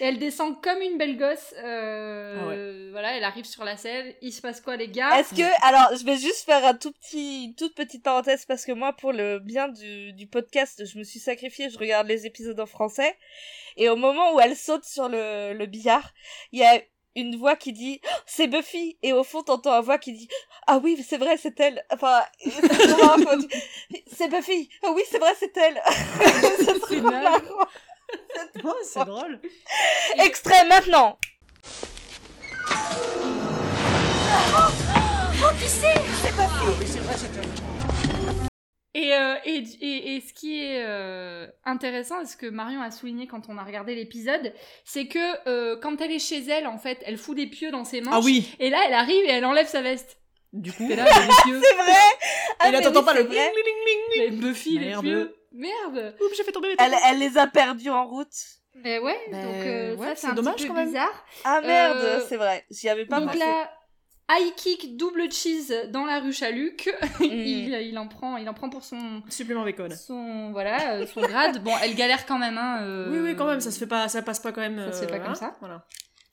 B: et elle descend comme une belle gosse. euh,
C: Ah
B: Voilà, elle arrive sur la scène. Il se passe quoi, les gars
D: Est-ce que, alors, je vais juste faire un tout petit, une toute petite parenthèse parce que moi, pour le bien du, du podcast, je me suis sacrifiée, je regarde les épisodes en français. Et au moment où elle saute sur le, le billard, il y a une voix qui dit, "Oh, c'est Buffy! Et au fond, t'entends une voix qui dit, ah oui, c'est vrai, c'est elle. Enfin, c'est marrant quand tu- c'est Buffy! Ah oui, c'est vrai, c'est elle. c'est trop
B: naze.
D: marrant.
B: Oh.
C: c'est drôle.
D: Extrait maintenant!
B: Et, euh, et, et, et ce qui est euh, intéressant, et ce que Marion a souligné quand on a regardé l'épisode, c'est que euh, quand elle est chez elle, en fait, elle fout des pieux dans ses manches.
C: Ah oui.
B: Et là, elle arrive et elle enlève sa veste.
C: Du coup.
B: Et là, elle a des pieux.
D: C'est vrai! Ah,
C: Et là
D: mais
C: t'entends
D: oui,
C: pas
D: c'est
C: le.
D: vrai.
C: bling, bling, bling, bling.
B: Mais Buffy, les
C: Merde.
B: pieux. Merde.
C: Oups, j'ai fait tomber mes
D: Elle,
C: Técos.
D: elle les a perdus en route.
B: Mais ouais,
C: Ben,
B: donc euh,
C: ouais,
B: ça,
C: c'est
B: c'est un
C: dommage
B: petit peu
C: quand même.
B: bizarre.
D: Ah merde,
B: Euh,
D: c'est vrai. J'y avais pas
B: Donc
D: pensé.
B: là, high kick, double cheese dans la ruche à Luc. il,
C: Mm.
B: il en prend, il en prend pour son,
C: Supplément bacon.
B: son voilà, euh, son grade. Bon, elle galère quand même. Hein, euh,
C: Oui, oui, quand même, ça se fait pas, ça passe pas quand même.
B: Ça se fait pas
C: euh,
B: comme
C: hein,
B: ça.
C: Voilà.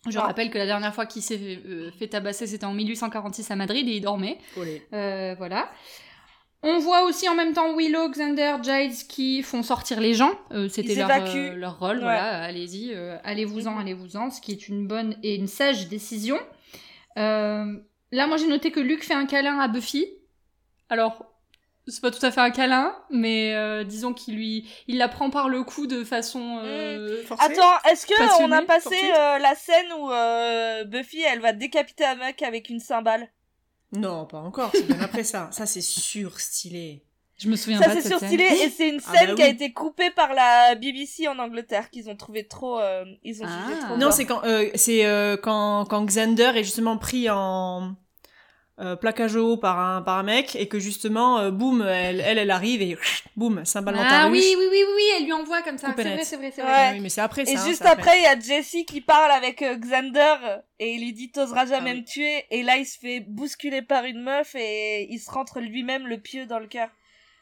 B: Je rappelle que la dernière fois qu'il s'est fait, euh, fait tabasser, c'était en 1846 à Madrid et il dormait.
C: Olé.
B: Euh, voilà. On voit aussi en même temps Willow, Xander, Giles qui font sortir les gens. Euh, C'était
D: Ils
B: leur,
D: évacuent.
B: euh, leur rôle.
D: Ouais.
B: Voilà, allez-y, euh, allez-vous-en,
D: Mhm.
B: allez-vous-en, ce qui est une bonne et une sage décision. Euh, là, moi, j'ai noté que Luke fait un câlin à Buffy. Alors, c'est pas tout à fait un câlin, mais euh, disons qu'il lui, il la prend par le cou de façon.
D: Mm.
B: euh,
D: Attends, est-ce que
B: Passionnée,
D: on a passé
B: fortuite.
D: euh, la scène où euh, Buffy elle va décapiter un mec avec une cymbale
C: Non, pas encore, c'est bien après ça. Ça, c'est surstylé.
B: Je me souviens
D: Ça
B: pas de
D: c'est
B: cette
D: surstylé
B: scène.
D: et c'est une
C: Ah
D: scène
C: bah
D: qui a
C: oui.
D: été coupée par la BBC en Angleterre qu'ils ont trouvé trop euh, ils ont jugé
B: Ah.
D: trop
C: Non,
D: fort.
C: c'est quand, euh, c'est euh, quand, quand Xander est justement pris en euh, plaquage au haut par un, par un mec et que justement, euh, boum, elle, elle, elle arrive et boum, cymbale dans ta
B: Ah
C: ruche.
B: oui, oui, oui, oui, elle lui envoie comme ça.
C: Coupé
B: C'est vrai,
C: net.
B: c'est vrai, c'est
D: Ouais.
B: vrai.
C: Ah oui, mais c'est après ça.
D: Et
C: hein,
D: juste
C: c'est
D: après, il y a Jesse qui parle avec euh, Xander et il lui dit t'oseras jamais
C: Ah oui.
D: me tuer et là il se fait bousculer par une meuf et il se rentre lui-même le pieu dans le cœur.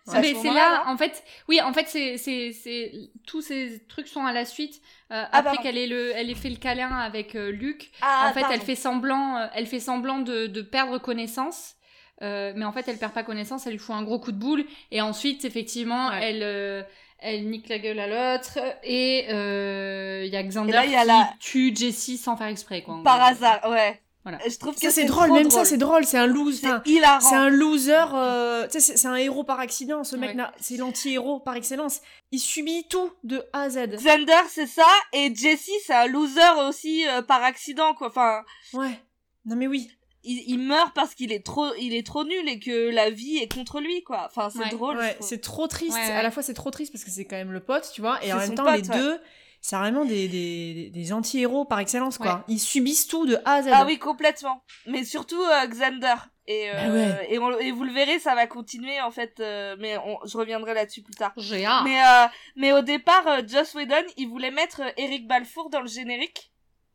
B: Ah, mais
D: à ce
B: c'est
D: moment-là,
B: là, en fait, oui, en fait, c'est, c'est, c'est, tous ces trucs sont à la suite. Euh, après
D: Ah, pardon.
B: qu'elle ait le, elle ait fait le câlin avec euh, Luc,
D: Ah,
B: en fait,
D: pardon.
B: elle fait semblant, euh, elle fait semblant de, de perdre connaissance. Euh, mais en fait, elle perd pas connaissance, elle lui fout un gros coup de boule. Et ensuite, effectivement, elle, euh, elle nique la gueule à l'autre. Et euh, il y a Xander
D: Et là, il y a
B: qui
D: la-
B: tue Jessie sans faire exprès, quoi. en
D: Par
B: gros.
D: hasard, ouais.
B: Voilà.
D: Je trouve
C: Ça
D: que
C: c'est drôle,
D: trop
C: même ça c'est drôle, c'est un loose.
D: C'est
C: enfin,
D: hilarant.
C: C'est un loser, euh, tu sais, c'est c'est un héros par accident, ce mec
B: Ouais.
C: là, c'est l'anti-héros par excellence. Il subit tout de A à Z.
D: Xander, c'est ça, et Jesse, c'est un loser aussi euh, par accident, quoi. Enfin,
C: Ouais. Non mais oui.
D: il, il meurt parce qu'il est trop, il est trop nul et que la vie est contre lui, quoi. Enfin, c'est
B: Ouais,
D: drôle. je
C: Ouais,
D: trouve.
C: c'est trop triste.
B: Ouais, ouais.
C: À la fois c'est trop triste parce que c'est quand même le pote, tu vois, et en
D: C'est
C: même
D: son
C: temps les
D: pote, ouais.
C: deux, c'est vraiment des, des, des- des anti-héros par excellence quoi.
B: Ouais.
C: Ils subissent tout de A à Z.
D: Ah oui, complètement. Mais surtout euh, Xander. Et, euh,
C: Ah ouais.
D: et, on- et vous le verrez, ça va continuer en fait. euh, mais on- je reviendrai là-dessus plus tard.
B: J'ai
C: Ah.
B: hâte.
D: Mais, euh, mais au départ, euh, Joss Whedon, il voulait mettre euh, Eric Balfour dans le générique,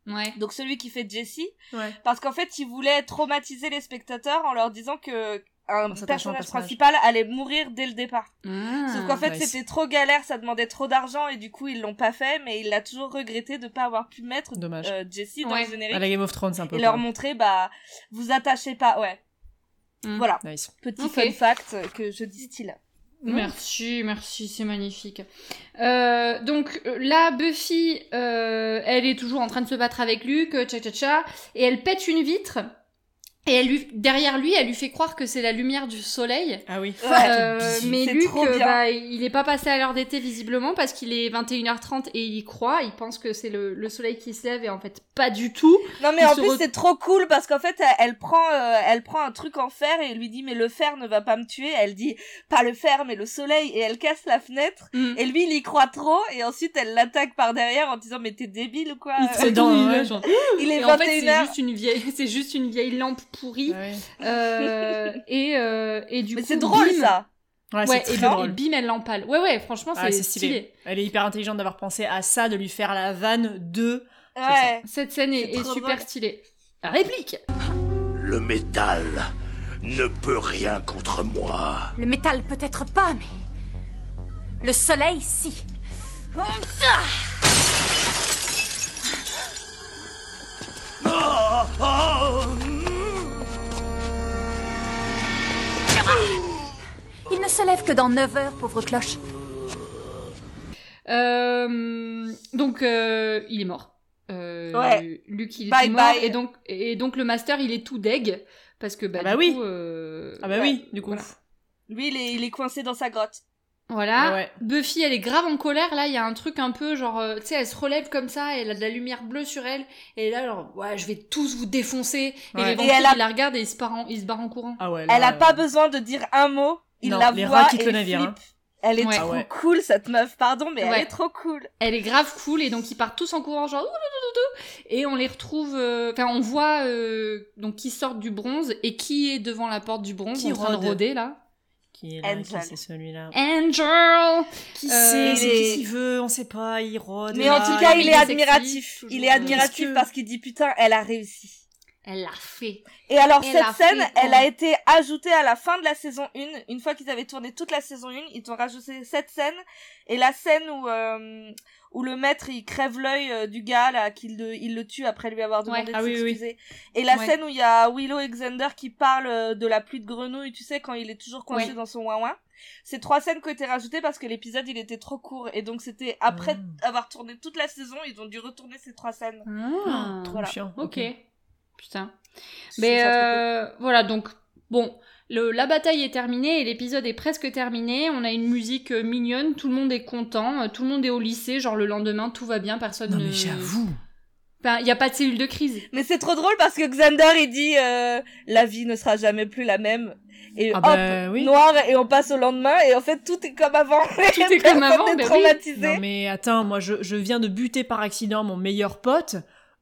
B: Ouais.
D: donc celui qui fait Jesse,
C: Ouais.
D: parce qu'en fait, il voulait traumatiser les spectateurs en leur disant que un
C: En s'attachant au
D: personnage,
C: personnage.
D: principal allait mourir dès le départ. Sauf qu'en fait,
C: Ah, nice.
D: c'était trop galère, ça demandait trop d'argent et du coup, ils l'ont pas fait, mais il a toujours regretté de pas avoir pu mettre
C: Dommage.
D: euh, Jesse dans
B: Ouais.
D: le générique
C: À la Game of Thrones un peu.
D: et leur
C: quoi.
D: montrer bah vous attachez pas ouais
B: Mm.
D: voilà
C: Nice.
D: petit
B: Ok.
D: fun fact euh, que je distille
B: Merci, merci, c'est magnifique. Euh, donc euh, là, Buffy, euh, elle est toujours en train de se battre avec Luke, euh, tcha tcha tcha, et elle pète une vitre. Et elle lui, derrière lui, elle lui fait croire que c'est la lumière du soleil.
C: Ah oui.
D: Ouais.
B: Euh,
C: c'est
B: mais
D: c'est
B: Luke,
D: trop
B: euh,
D: bien.
B: bah, il n'est pas passé à l'heure d'été visiblement parce qu'il est 21h30 et il y croit. Il pense que c'est le, le soleil qui se lève et en fait pas du tout.
D: non mais
B: Ils
D: en
B: se
D: plus
B: re-
D: c'est trop cool parce qu'en fait elle, elle prend euh, elle prend un truc en fer et lui dit mais le fer ne va pas me tuer elle dit pas le fer mais le soleil et elle casse la fenêtre
B: Mm.
D: et lui il y croit trop et ensuite elle l'attaque par derrière en disant mais t'es débile ou quoi
C: C'est dans ouais, genre.
D: il est
B: Et en fait,
D: 21h
B: c'est juste une vieille, c'est juste une vieille lampe pourrie.
C: Ah oui.
B: Euh, et, euh, et du
D: mais
B: coup,
D: c'est drôle
B: bim,
D: ça
C: Ouais,
B: Ouais,
C: Ah, c'est
B: et,
C: très
B: ben-
C: drôle.
B: et bim, elle l'empale. Ouais, ouais, franchement,
C: Ah,
B: c'est
C: c'est
B: stylé.
C: stylé. Elle est hyper intelligente d'avoir pensé à ça, de lui faire la vanne de.
D: ouais
B: Cette scène est,
D: C'est
B: est
D: trop
B: super
D: drôle.
B: stylée. Réplique
A: Le métal ne peut rien contre moi.
E: Le métal peut-être pas, mais le soleil, si. Il ne se lève que dans 9 heures, pauvre cloche.
B: Euh, Donc, euh, il est mort. Euh,
D: Ouais.
B: Luke, il est
D: Bye
B: tout mort.
D: bye.
B: Et, donc, et donc, le master, il est tout deg. Parce que, bah,
C: Ah bah
B: du
C: oui.
B: coup, euh,
C: Ah bah
B: ouais,
C: oui, du coup.
B: Voilà.
D: lui il est, il est coincé dans sa grotte
B: Voilà.
C: Ah ouais.
B: Buffy, elle est grave en colère. Là, il y a un truc un peu genre, euh, tu sais, elle se relève comme ça, elle a de la lumière bleue sur elle. Et là, genre, ouais, je vais tous vous défoncer. Et
C: Ouais.
B: les
C: Et
B: vampires,
D: elle a-
B: ils la regardent et ils se, barrent en- ils se barrent en courant.
C: Ah ouais.
D: elle
C: là,
D: a
B: euh,
D: pas besoin de dire un mot il
C: Non,
D: la
C: les
D: voit
C: rats
D: et
C: quittent le navire.
D: flippe.
C: hein.
D: Elle est
B: Ouais.
D: trop
C: Ah ouais.
D: cool cette meuf, pardon, mais
B: Ouais.
D: elle est trop cool.
B: Elle est grave cool et donc ils partent tous en courant genre ouh, dou, dou, dou, dou. et on les retrouve euh, enfin on voit euh, donc qui sortent du bronze et qui est devant la porte du bronze
C: Qui
B: en train
C: rôde
B: de rôder là
C: Qui est là, qui
D: Angel.
C: c'est celui-là.
B: Angel
C: Qui
B: Euh,
C: sait, c'est
D: Euh, les-
C: qui s'y veut, on sait pas, il rôde.
D: Mais
C: là,
D: en tout cas,
B: il
D: il
B: est
D: est
B: sexy,
D: admiratif.
B: toujours.
D: Il est admiratif
C: Parce que-
D: parce qu'il dit putain, elle a réussi.
B: elle l'a fait
D: Et alors
B: Elle a
D: cette
B: fait
D: scène, elle
B: quoi
D: a été ajoutée à la fin de la saison 1. Une fois qu'ils avaient tourné toute la saison 1, ils ont rajouté cette scène et la scène où euh, où le maître il crève l'œil euh, du gars là qu'il le, il le tue après lui avoir demandé
B: Ouais.
D: de
C: Ah oui, oui, oui.
D: s'excuser. Et la
B: Ouais.
D: scène où il y a Willow et Xander qui parlent euh, de la pluie de grenouilles, tu sais quand il est toujours coincé
B: Ouais.
D: dans son ouin Ces trois scènes qui ont été rajoutées parce que l'épisode il était trop court et donc c'était après
C: Mm.
D: avoir tourné toute la saison, ils ont dû retourner ces trois scènes.
B: Ah,
C: Trop
D: Voilà.
C: chiant.
B: ok putain
D: Je trouve
B: mais
D: ça trop cool.
B: euh, voilà donc bon le, la bataille est terminée et l'épisode est presque terminé on a une musique euh, mignonne tout le monde est content euh, tout le monde est au lycée genre le lendemain tout va bien personne
C: Non
B: ne-
C: mais j'avoue.
B: Enfin, il y a pas de cellule de crise
D: Mais c'est trop drôle parce que Xander il dit euh, la vie ne sera jamais plus la même et
C: Ah
D: hop
C: bah oui.
D: noir et on passe au lendemain et en fait tout est comme avant. Tout
B: est comme avant, bah oui.
D: traumatisé.
C: Non mais attends, moi je, je viens de buter par accident mon meilleur pote.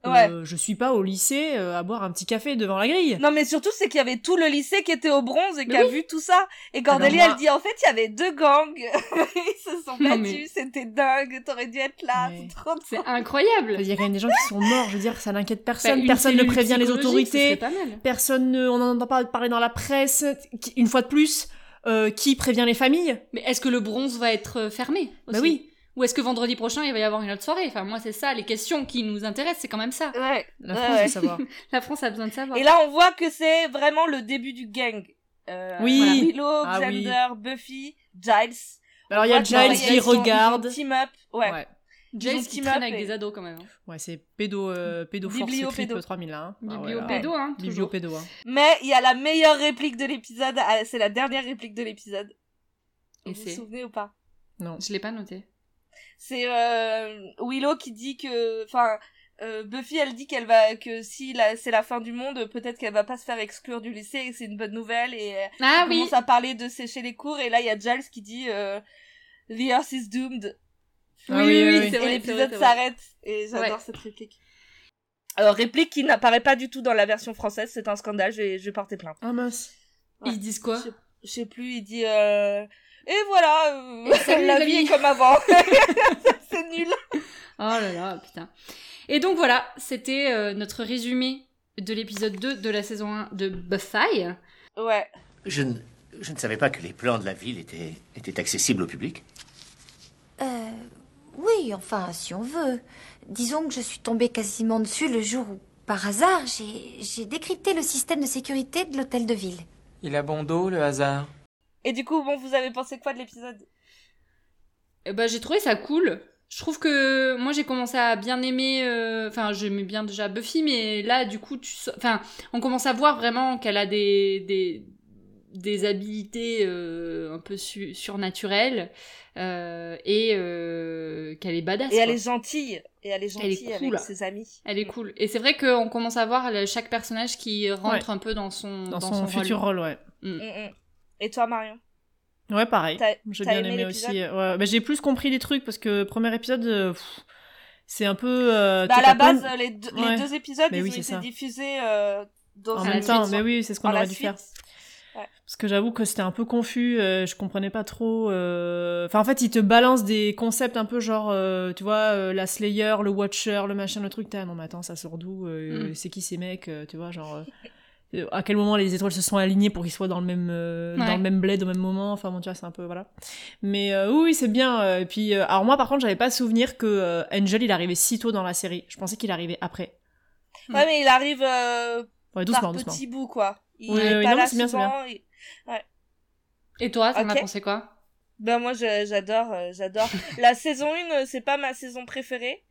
C: Euh,
D: Ouais.
C: je suis pas au lycée euh, à boire un petit café devant la grille.
D: Non mais surtout c'est qu'il y avait tout le lycée qui était au bronze et qui a vu tout ça. Et Cordelia
C: Alors moi-
D: elle dit en fait il y avait deux gangs, ils se sont
B: Non,
D: battus,
B: mais-
D: c'était dingue, t'aurais dû être là,
C: Mais-
D: c'est trop
B: C'est
C: Oh.
D: drôle.
B: incroyable.
C: Il y a quand même des gens qui sont morts, je veux dire, ça n'inquiète
B: Bah,
C: personne,
B: une
C: personne ne
B: cellule
C: prévient les
B: psychologique, ce serait
C: autorités,
B: pas mal.
C: personne ne, on n'en entend pas parler dans la presse, Qui- une fois de plus, euh, qui prévient les familles
B: Mais est-ce que le bronze va être euh, fermé
C: Bah
B: aussi
C: oui.
B: Ou est-ce que vendredi prochain il va y avoir une autre soirée Enfin moi c'est ça les questions qui nous intéressent, c'est quand même ça.
D: Ouais.
C: La
D: Ouais,
C: France
D: ouais.
C: veut savoir.
B: La France a besoin de savoir.
D: Et là on voit que c'est vraiment le début du gang. euh,
C: Oui.
D: voilà, Willow,
C: Ah oui.
D: Xander, Buffy, Giles.
C: Alors il y a
D: Ouais, pareil,
C: Giles qui
D: ils sont- ils ont
C: regarde.
D: Team up, ouais.
C: Ouais,
B: James
D: Ils ont
B: qui
D: team
B: traîne
D: up
B: avec
D: et-
B: des ados quand même. hein.
C: ouais c'est pédo, euh, pédo force
D: Bibliopédo.
C: écrite 3000 là. Hein. Ah, voilà.
B: Bibliopédo, hein, toujours.
C: Bibliopédo. hein.
D: Mais il y a la meilleure réplique de l'épisode. ah, C'est la dernière réplique de l'épisode.
B: Et
D: Vous
B: c'est-
D: vous souvenez ou pas
C: Non.
B: Je l'ai pas noté.
D: C'est euh, Willow qui dit que, enfin, euh, Buffy, elle dit qu'elle va que si la- c'est la fin du monde, peut-être qu'elle va pas se faire exclure du lycée et que c'est une bonne nouvelle. Et elle
B: Ah oui
D: commence à parler de sécher les cours. Et là, il y a Giles qui dit euh, The Earth is doomed.
C: Ah
B: Oui,
C: oui,
B: oui,
C: oui,
B: oui,
C: oui.
B: c'est
D: et
B: vrai.
D: l'épisode
B: c'est vrai.
D: s'arrête. Et j'adore
B: Ouais.
D: cette réplique. Alors, réplique qui n'apparaît pas du tout dans la version française. C'est un scandale. Je vais, je vais porter plainte.
C: Ah mince.
B: Ils disent quoi
D: Je sais plus, il dit euh, Et voilà, euh,
B: Et salut,
D: la
B: la
D: vie est
B: vie.
D: comme avant. c'est nul.
B: Oh là là, putain. Et donc voilà, c'était euh, notre résumé de l'épisode 2 de la saison 1 de Buffy.
D: Ouais.
I: Je ne, je ne savais pas que les plans de la ville étaient, étaient accessibles au public.
E: Euh, oui, enfin, si on veut. Disons que je suis tombée quasiment dessus le jour où, par hasard, j'ai j'ai décrypté le système de sécurité de l'hôtel de ville.
G: Il a bon dos, le hasard.
D: Et du coup, bon, vous avez pensé quoi de l'épisode
B: Ah, Eh ben, j'ai trouvé ça cool. Je trouve que moi j'ai commencé à bien aimer, euh, enfin j'aimais bien déjà Buffy, mais là du coup tu, so- enfin on commence à voir vraiment qu'elle a des des, des habilités euh, un peu su- surnaturelles euh, et euh, qu'elle est badass.
D: Et elle
B: quoi.
D: est gentille. Et elle est
B: Elle est
D: gentille
B: cool.
D: avec ses amis.
B: Elle est cool. Et c'est vrai qu'on commence à voir le- chaque personnage qui rentre un peu dans son
C: Dans, son, futur
B: rôle.
C: rôle, ouais.
D: Mm, mm. Et toi, Marion
C: Ouais, pareil.
D: T'as-
C: J'ai
D: t'as
C: bien
D: aimé
C: aimé aussi.
D: l'épisode
C: euh, ouais. Bah, j'ai plus compris les trucs parce que premier épisode, euh, pff, c'est un peu. euh,
D: bah, À
C: t'es
D: la
C: pas con-
D: base, les, deux-
C: Ouais.
D: les deux épisodes,
C: Mais
D: ils
C: oui,
D: ont
C: c'est
D: été
C: ça.
D: diffusés euh, dans
C: En
D: un
C: même
D: épisode
C: temps,
D: sur-
C: mais oui, c'est ce qu'on
D: par la
C: aurait dû
D: suite.
C: faire. Parce que j'avoue que c'était un peu confus, euh, je comprenais pas trop. euh, Enfin, en fait, ils te balancent des concepts un peu genre, euh, tu vois, euh, la Slayer, le Watcher, le machin, le truc. T'es, Ah non, mais attends, ça sort d'où euh,
B: Mm.
C: C'est qui ces mecs euh, Tu vois, genre. euh, euh, à quel moment les étoiles se sont alignées pour qu'ils soient dans le même euh,
B: Ouais.
C: dans le même bled au même moment enfin bon tu vois c'est un peu voilà mais euh, oui oui, c'est bien euh, et puis euh, alors moi par contre j'avais pas souvenir que euh, Angel il arrivait si tôt dans la série je pensais qu'il arrivait après
D: Ouais, mais il arrive euh,
C: ouais
D: par
C: Hmm. Bah, doucement doucement
D: petits bouts, quoi. Il
C: Oui,
D: est
C: oui,
D: pas
C: non,
D: là
C: mais c'est bien, c'est
D: souvent, il-
B: Et toi, t'en as
D: Ok.
B: pensé quoi
D: Ben moi je- j'adore, euh, j'adore. La saison 1, c'est pas ma saison préférée.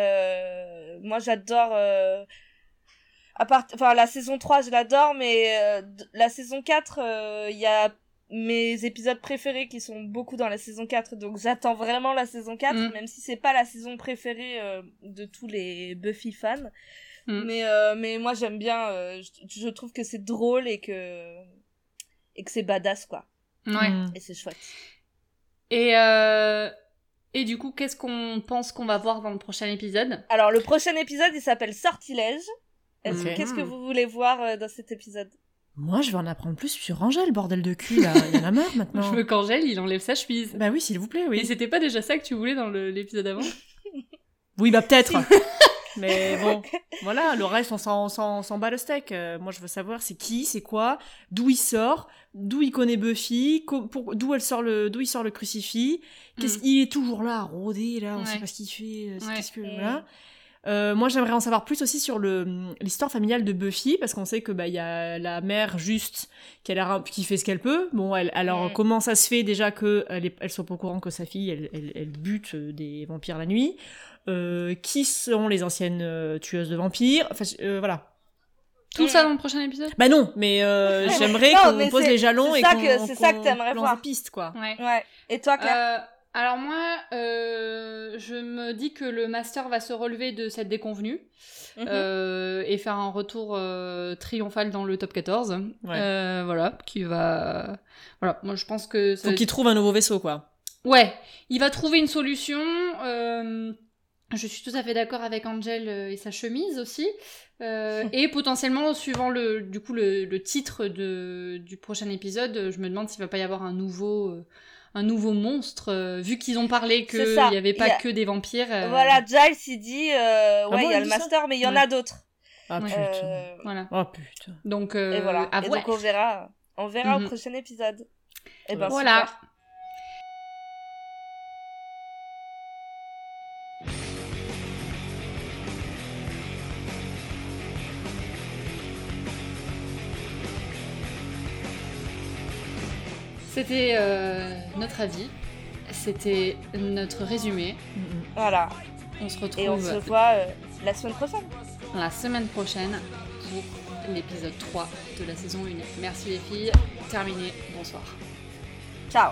D: Euh, moi j'adore... euh, à part... Enfin la saison 3 je l'adore, mais euh, d- la saison 4, euh, il y a mes épisodes préférés qui sont beaucoup dans la saison 4. Donc j'attends vraiment la saison 4,
B: Mm.
D: même si c'est pas la saison préférée euh, de tous les Buffy fans.
B: Mm.
D: Mais, euh, mais moi j'aime bien, euh, je, je trouve que c'est drôle et que... Et que c'est badass quoi.
B: Ouais.
C: Mm.
D: Et c'est chouette.
B: Et euh, et du coup, qu'est-ce qu'on pense qu'on va voir dans le prochain épisode
D: Alors, le prochain épisode, il s'appelle Sortilège. Est-ce-
C: Ok.
D: Qu'est-ce que vous voulez voir euh, dans cet épisode
C: Moi, je vais en apprendre plus sur Angèle, bordel de cul, là. Il y en a marre
B: Je
C: maintenant.
B: veux qu'Angèle, il enlève sa chemise.
C: Bah oui, s'il vous plaît,
B: Et
C: oui.
B: c'était pas déjà ça que tu voulais dans le- l'épisode avant
C: Oui, bah peut-être. Mais bon, voilà, le reste, on s'en, on s'en- on s'en bat le steak. Euh, moi, je veux savoir c'est qui, c'est quoi, d'où il sort, d'où il connaît Buffy, co- pour- d'où, elle sort le, d'où il sort le crucifix. Qu'est-ce,
B: Mm.
C: Il est toujours là, rodé, là, on
B: Ouais.
C: sait pas ce qu'il fait, euh, c'est
B: Ouais.
C: qu'est-ce que...
D: Mm.
C: Voilà. Euh, moi, j'aimerais en savoir plus aussi sur le, l'histoire familiale de Buffy, parce qu'on sait que bah, il y a la mère juste qui, a l'air un- qui fait ce qu'elle peut. Bon, elle, alors
D: Mm.
C: comment ça se fait déjà qu'elle elle soit pas au courant que sa fille, elle, elle, elle bute euh, des vampires la nuit Euh, Qui sont les anciennes euh, tueuses de vampires Enfin, je- euh, voilà.
B: Tout ça dans le prochain épisode
C: Bah non, mais euh, j'aimerais
D: Non,
C: qu'on
D: mais
C: pose
D: c'est-
C: les jalons
D: c'est
C: et
D: ça
C: qu'on
D: que- c'est ça que
C: qu'on
D: t'aimerais
C: lance
D: voir.
C: des pistes, quoi.
B: Ouais.
D: Ouais. Et toi, Claire
B: Euh, alors moi, euh, je me dis que le master va se relever de cette déconvenue
D: Mhm.
B: euh, et faire un retour euh, triomphal dans le top 14.
C: Ouais.
B: Euh, voilà, qui va... Voilà, moi je pense que... ça-
D: Euh,
C: Faut qu'ils trouvent un nouveau vaisseau, quoi.
B: Ouais, il va trouver une solution. euh, je suis tout à fait d'accord avec Angel euh, et sa chemise aussi. euh, et potentiellement, suivant le, du coup, le, le titre de, du prochain épisode, euh, je me demande s'il va pas y avoir un nouveau, euh, un nouveau monstre, euh, vu qu'ils ont parlé qu'il
D: C'est ça,
B: n'y avait
D: il y
B: pas
D: a-
B: que des vampires. euh,
D: Voilà, Giles, il dit euh, Ouais,
C: Ah bon,
D: il y
C: il
D: a le
C: dit ça
D: master, mais il y en
C: Ouais.
D: a d'autres.
C: Ah
B: Ouais.
C: putain.
D: Euh,
B: Voilà.
C: Oh putain.
B: Donc, euh,
D: et voilà.
B: à
D: et
B: voir.
D: donc, on verra. On verra
B: Mhm.
D: au prochain épisode. Et ben,
B: Voilà.
D: super.
B: C'était euh, notre avis. C'était notre résumé.
D: Voilà.
B: On se retrouve
D: Et on se voit euh, la semaine prochaine.
B: la semaine prochaine pour l'épisode 3 de la saison 1. Merci les filles. Terminé. Bonsoir.
D: Ciao.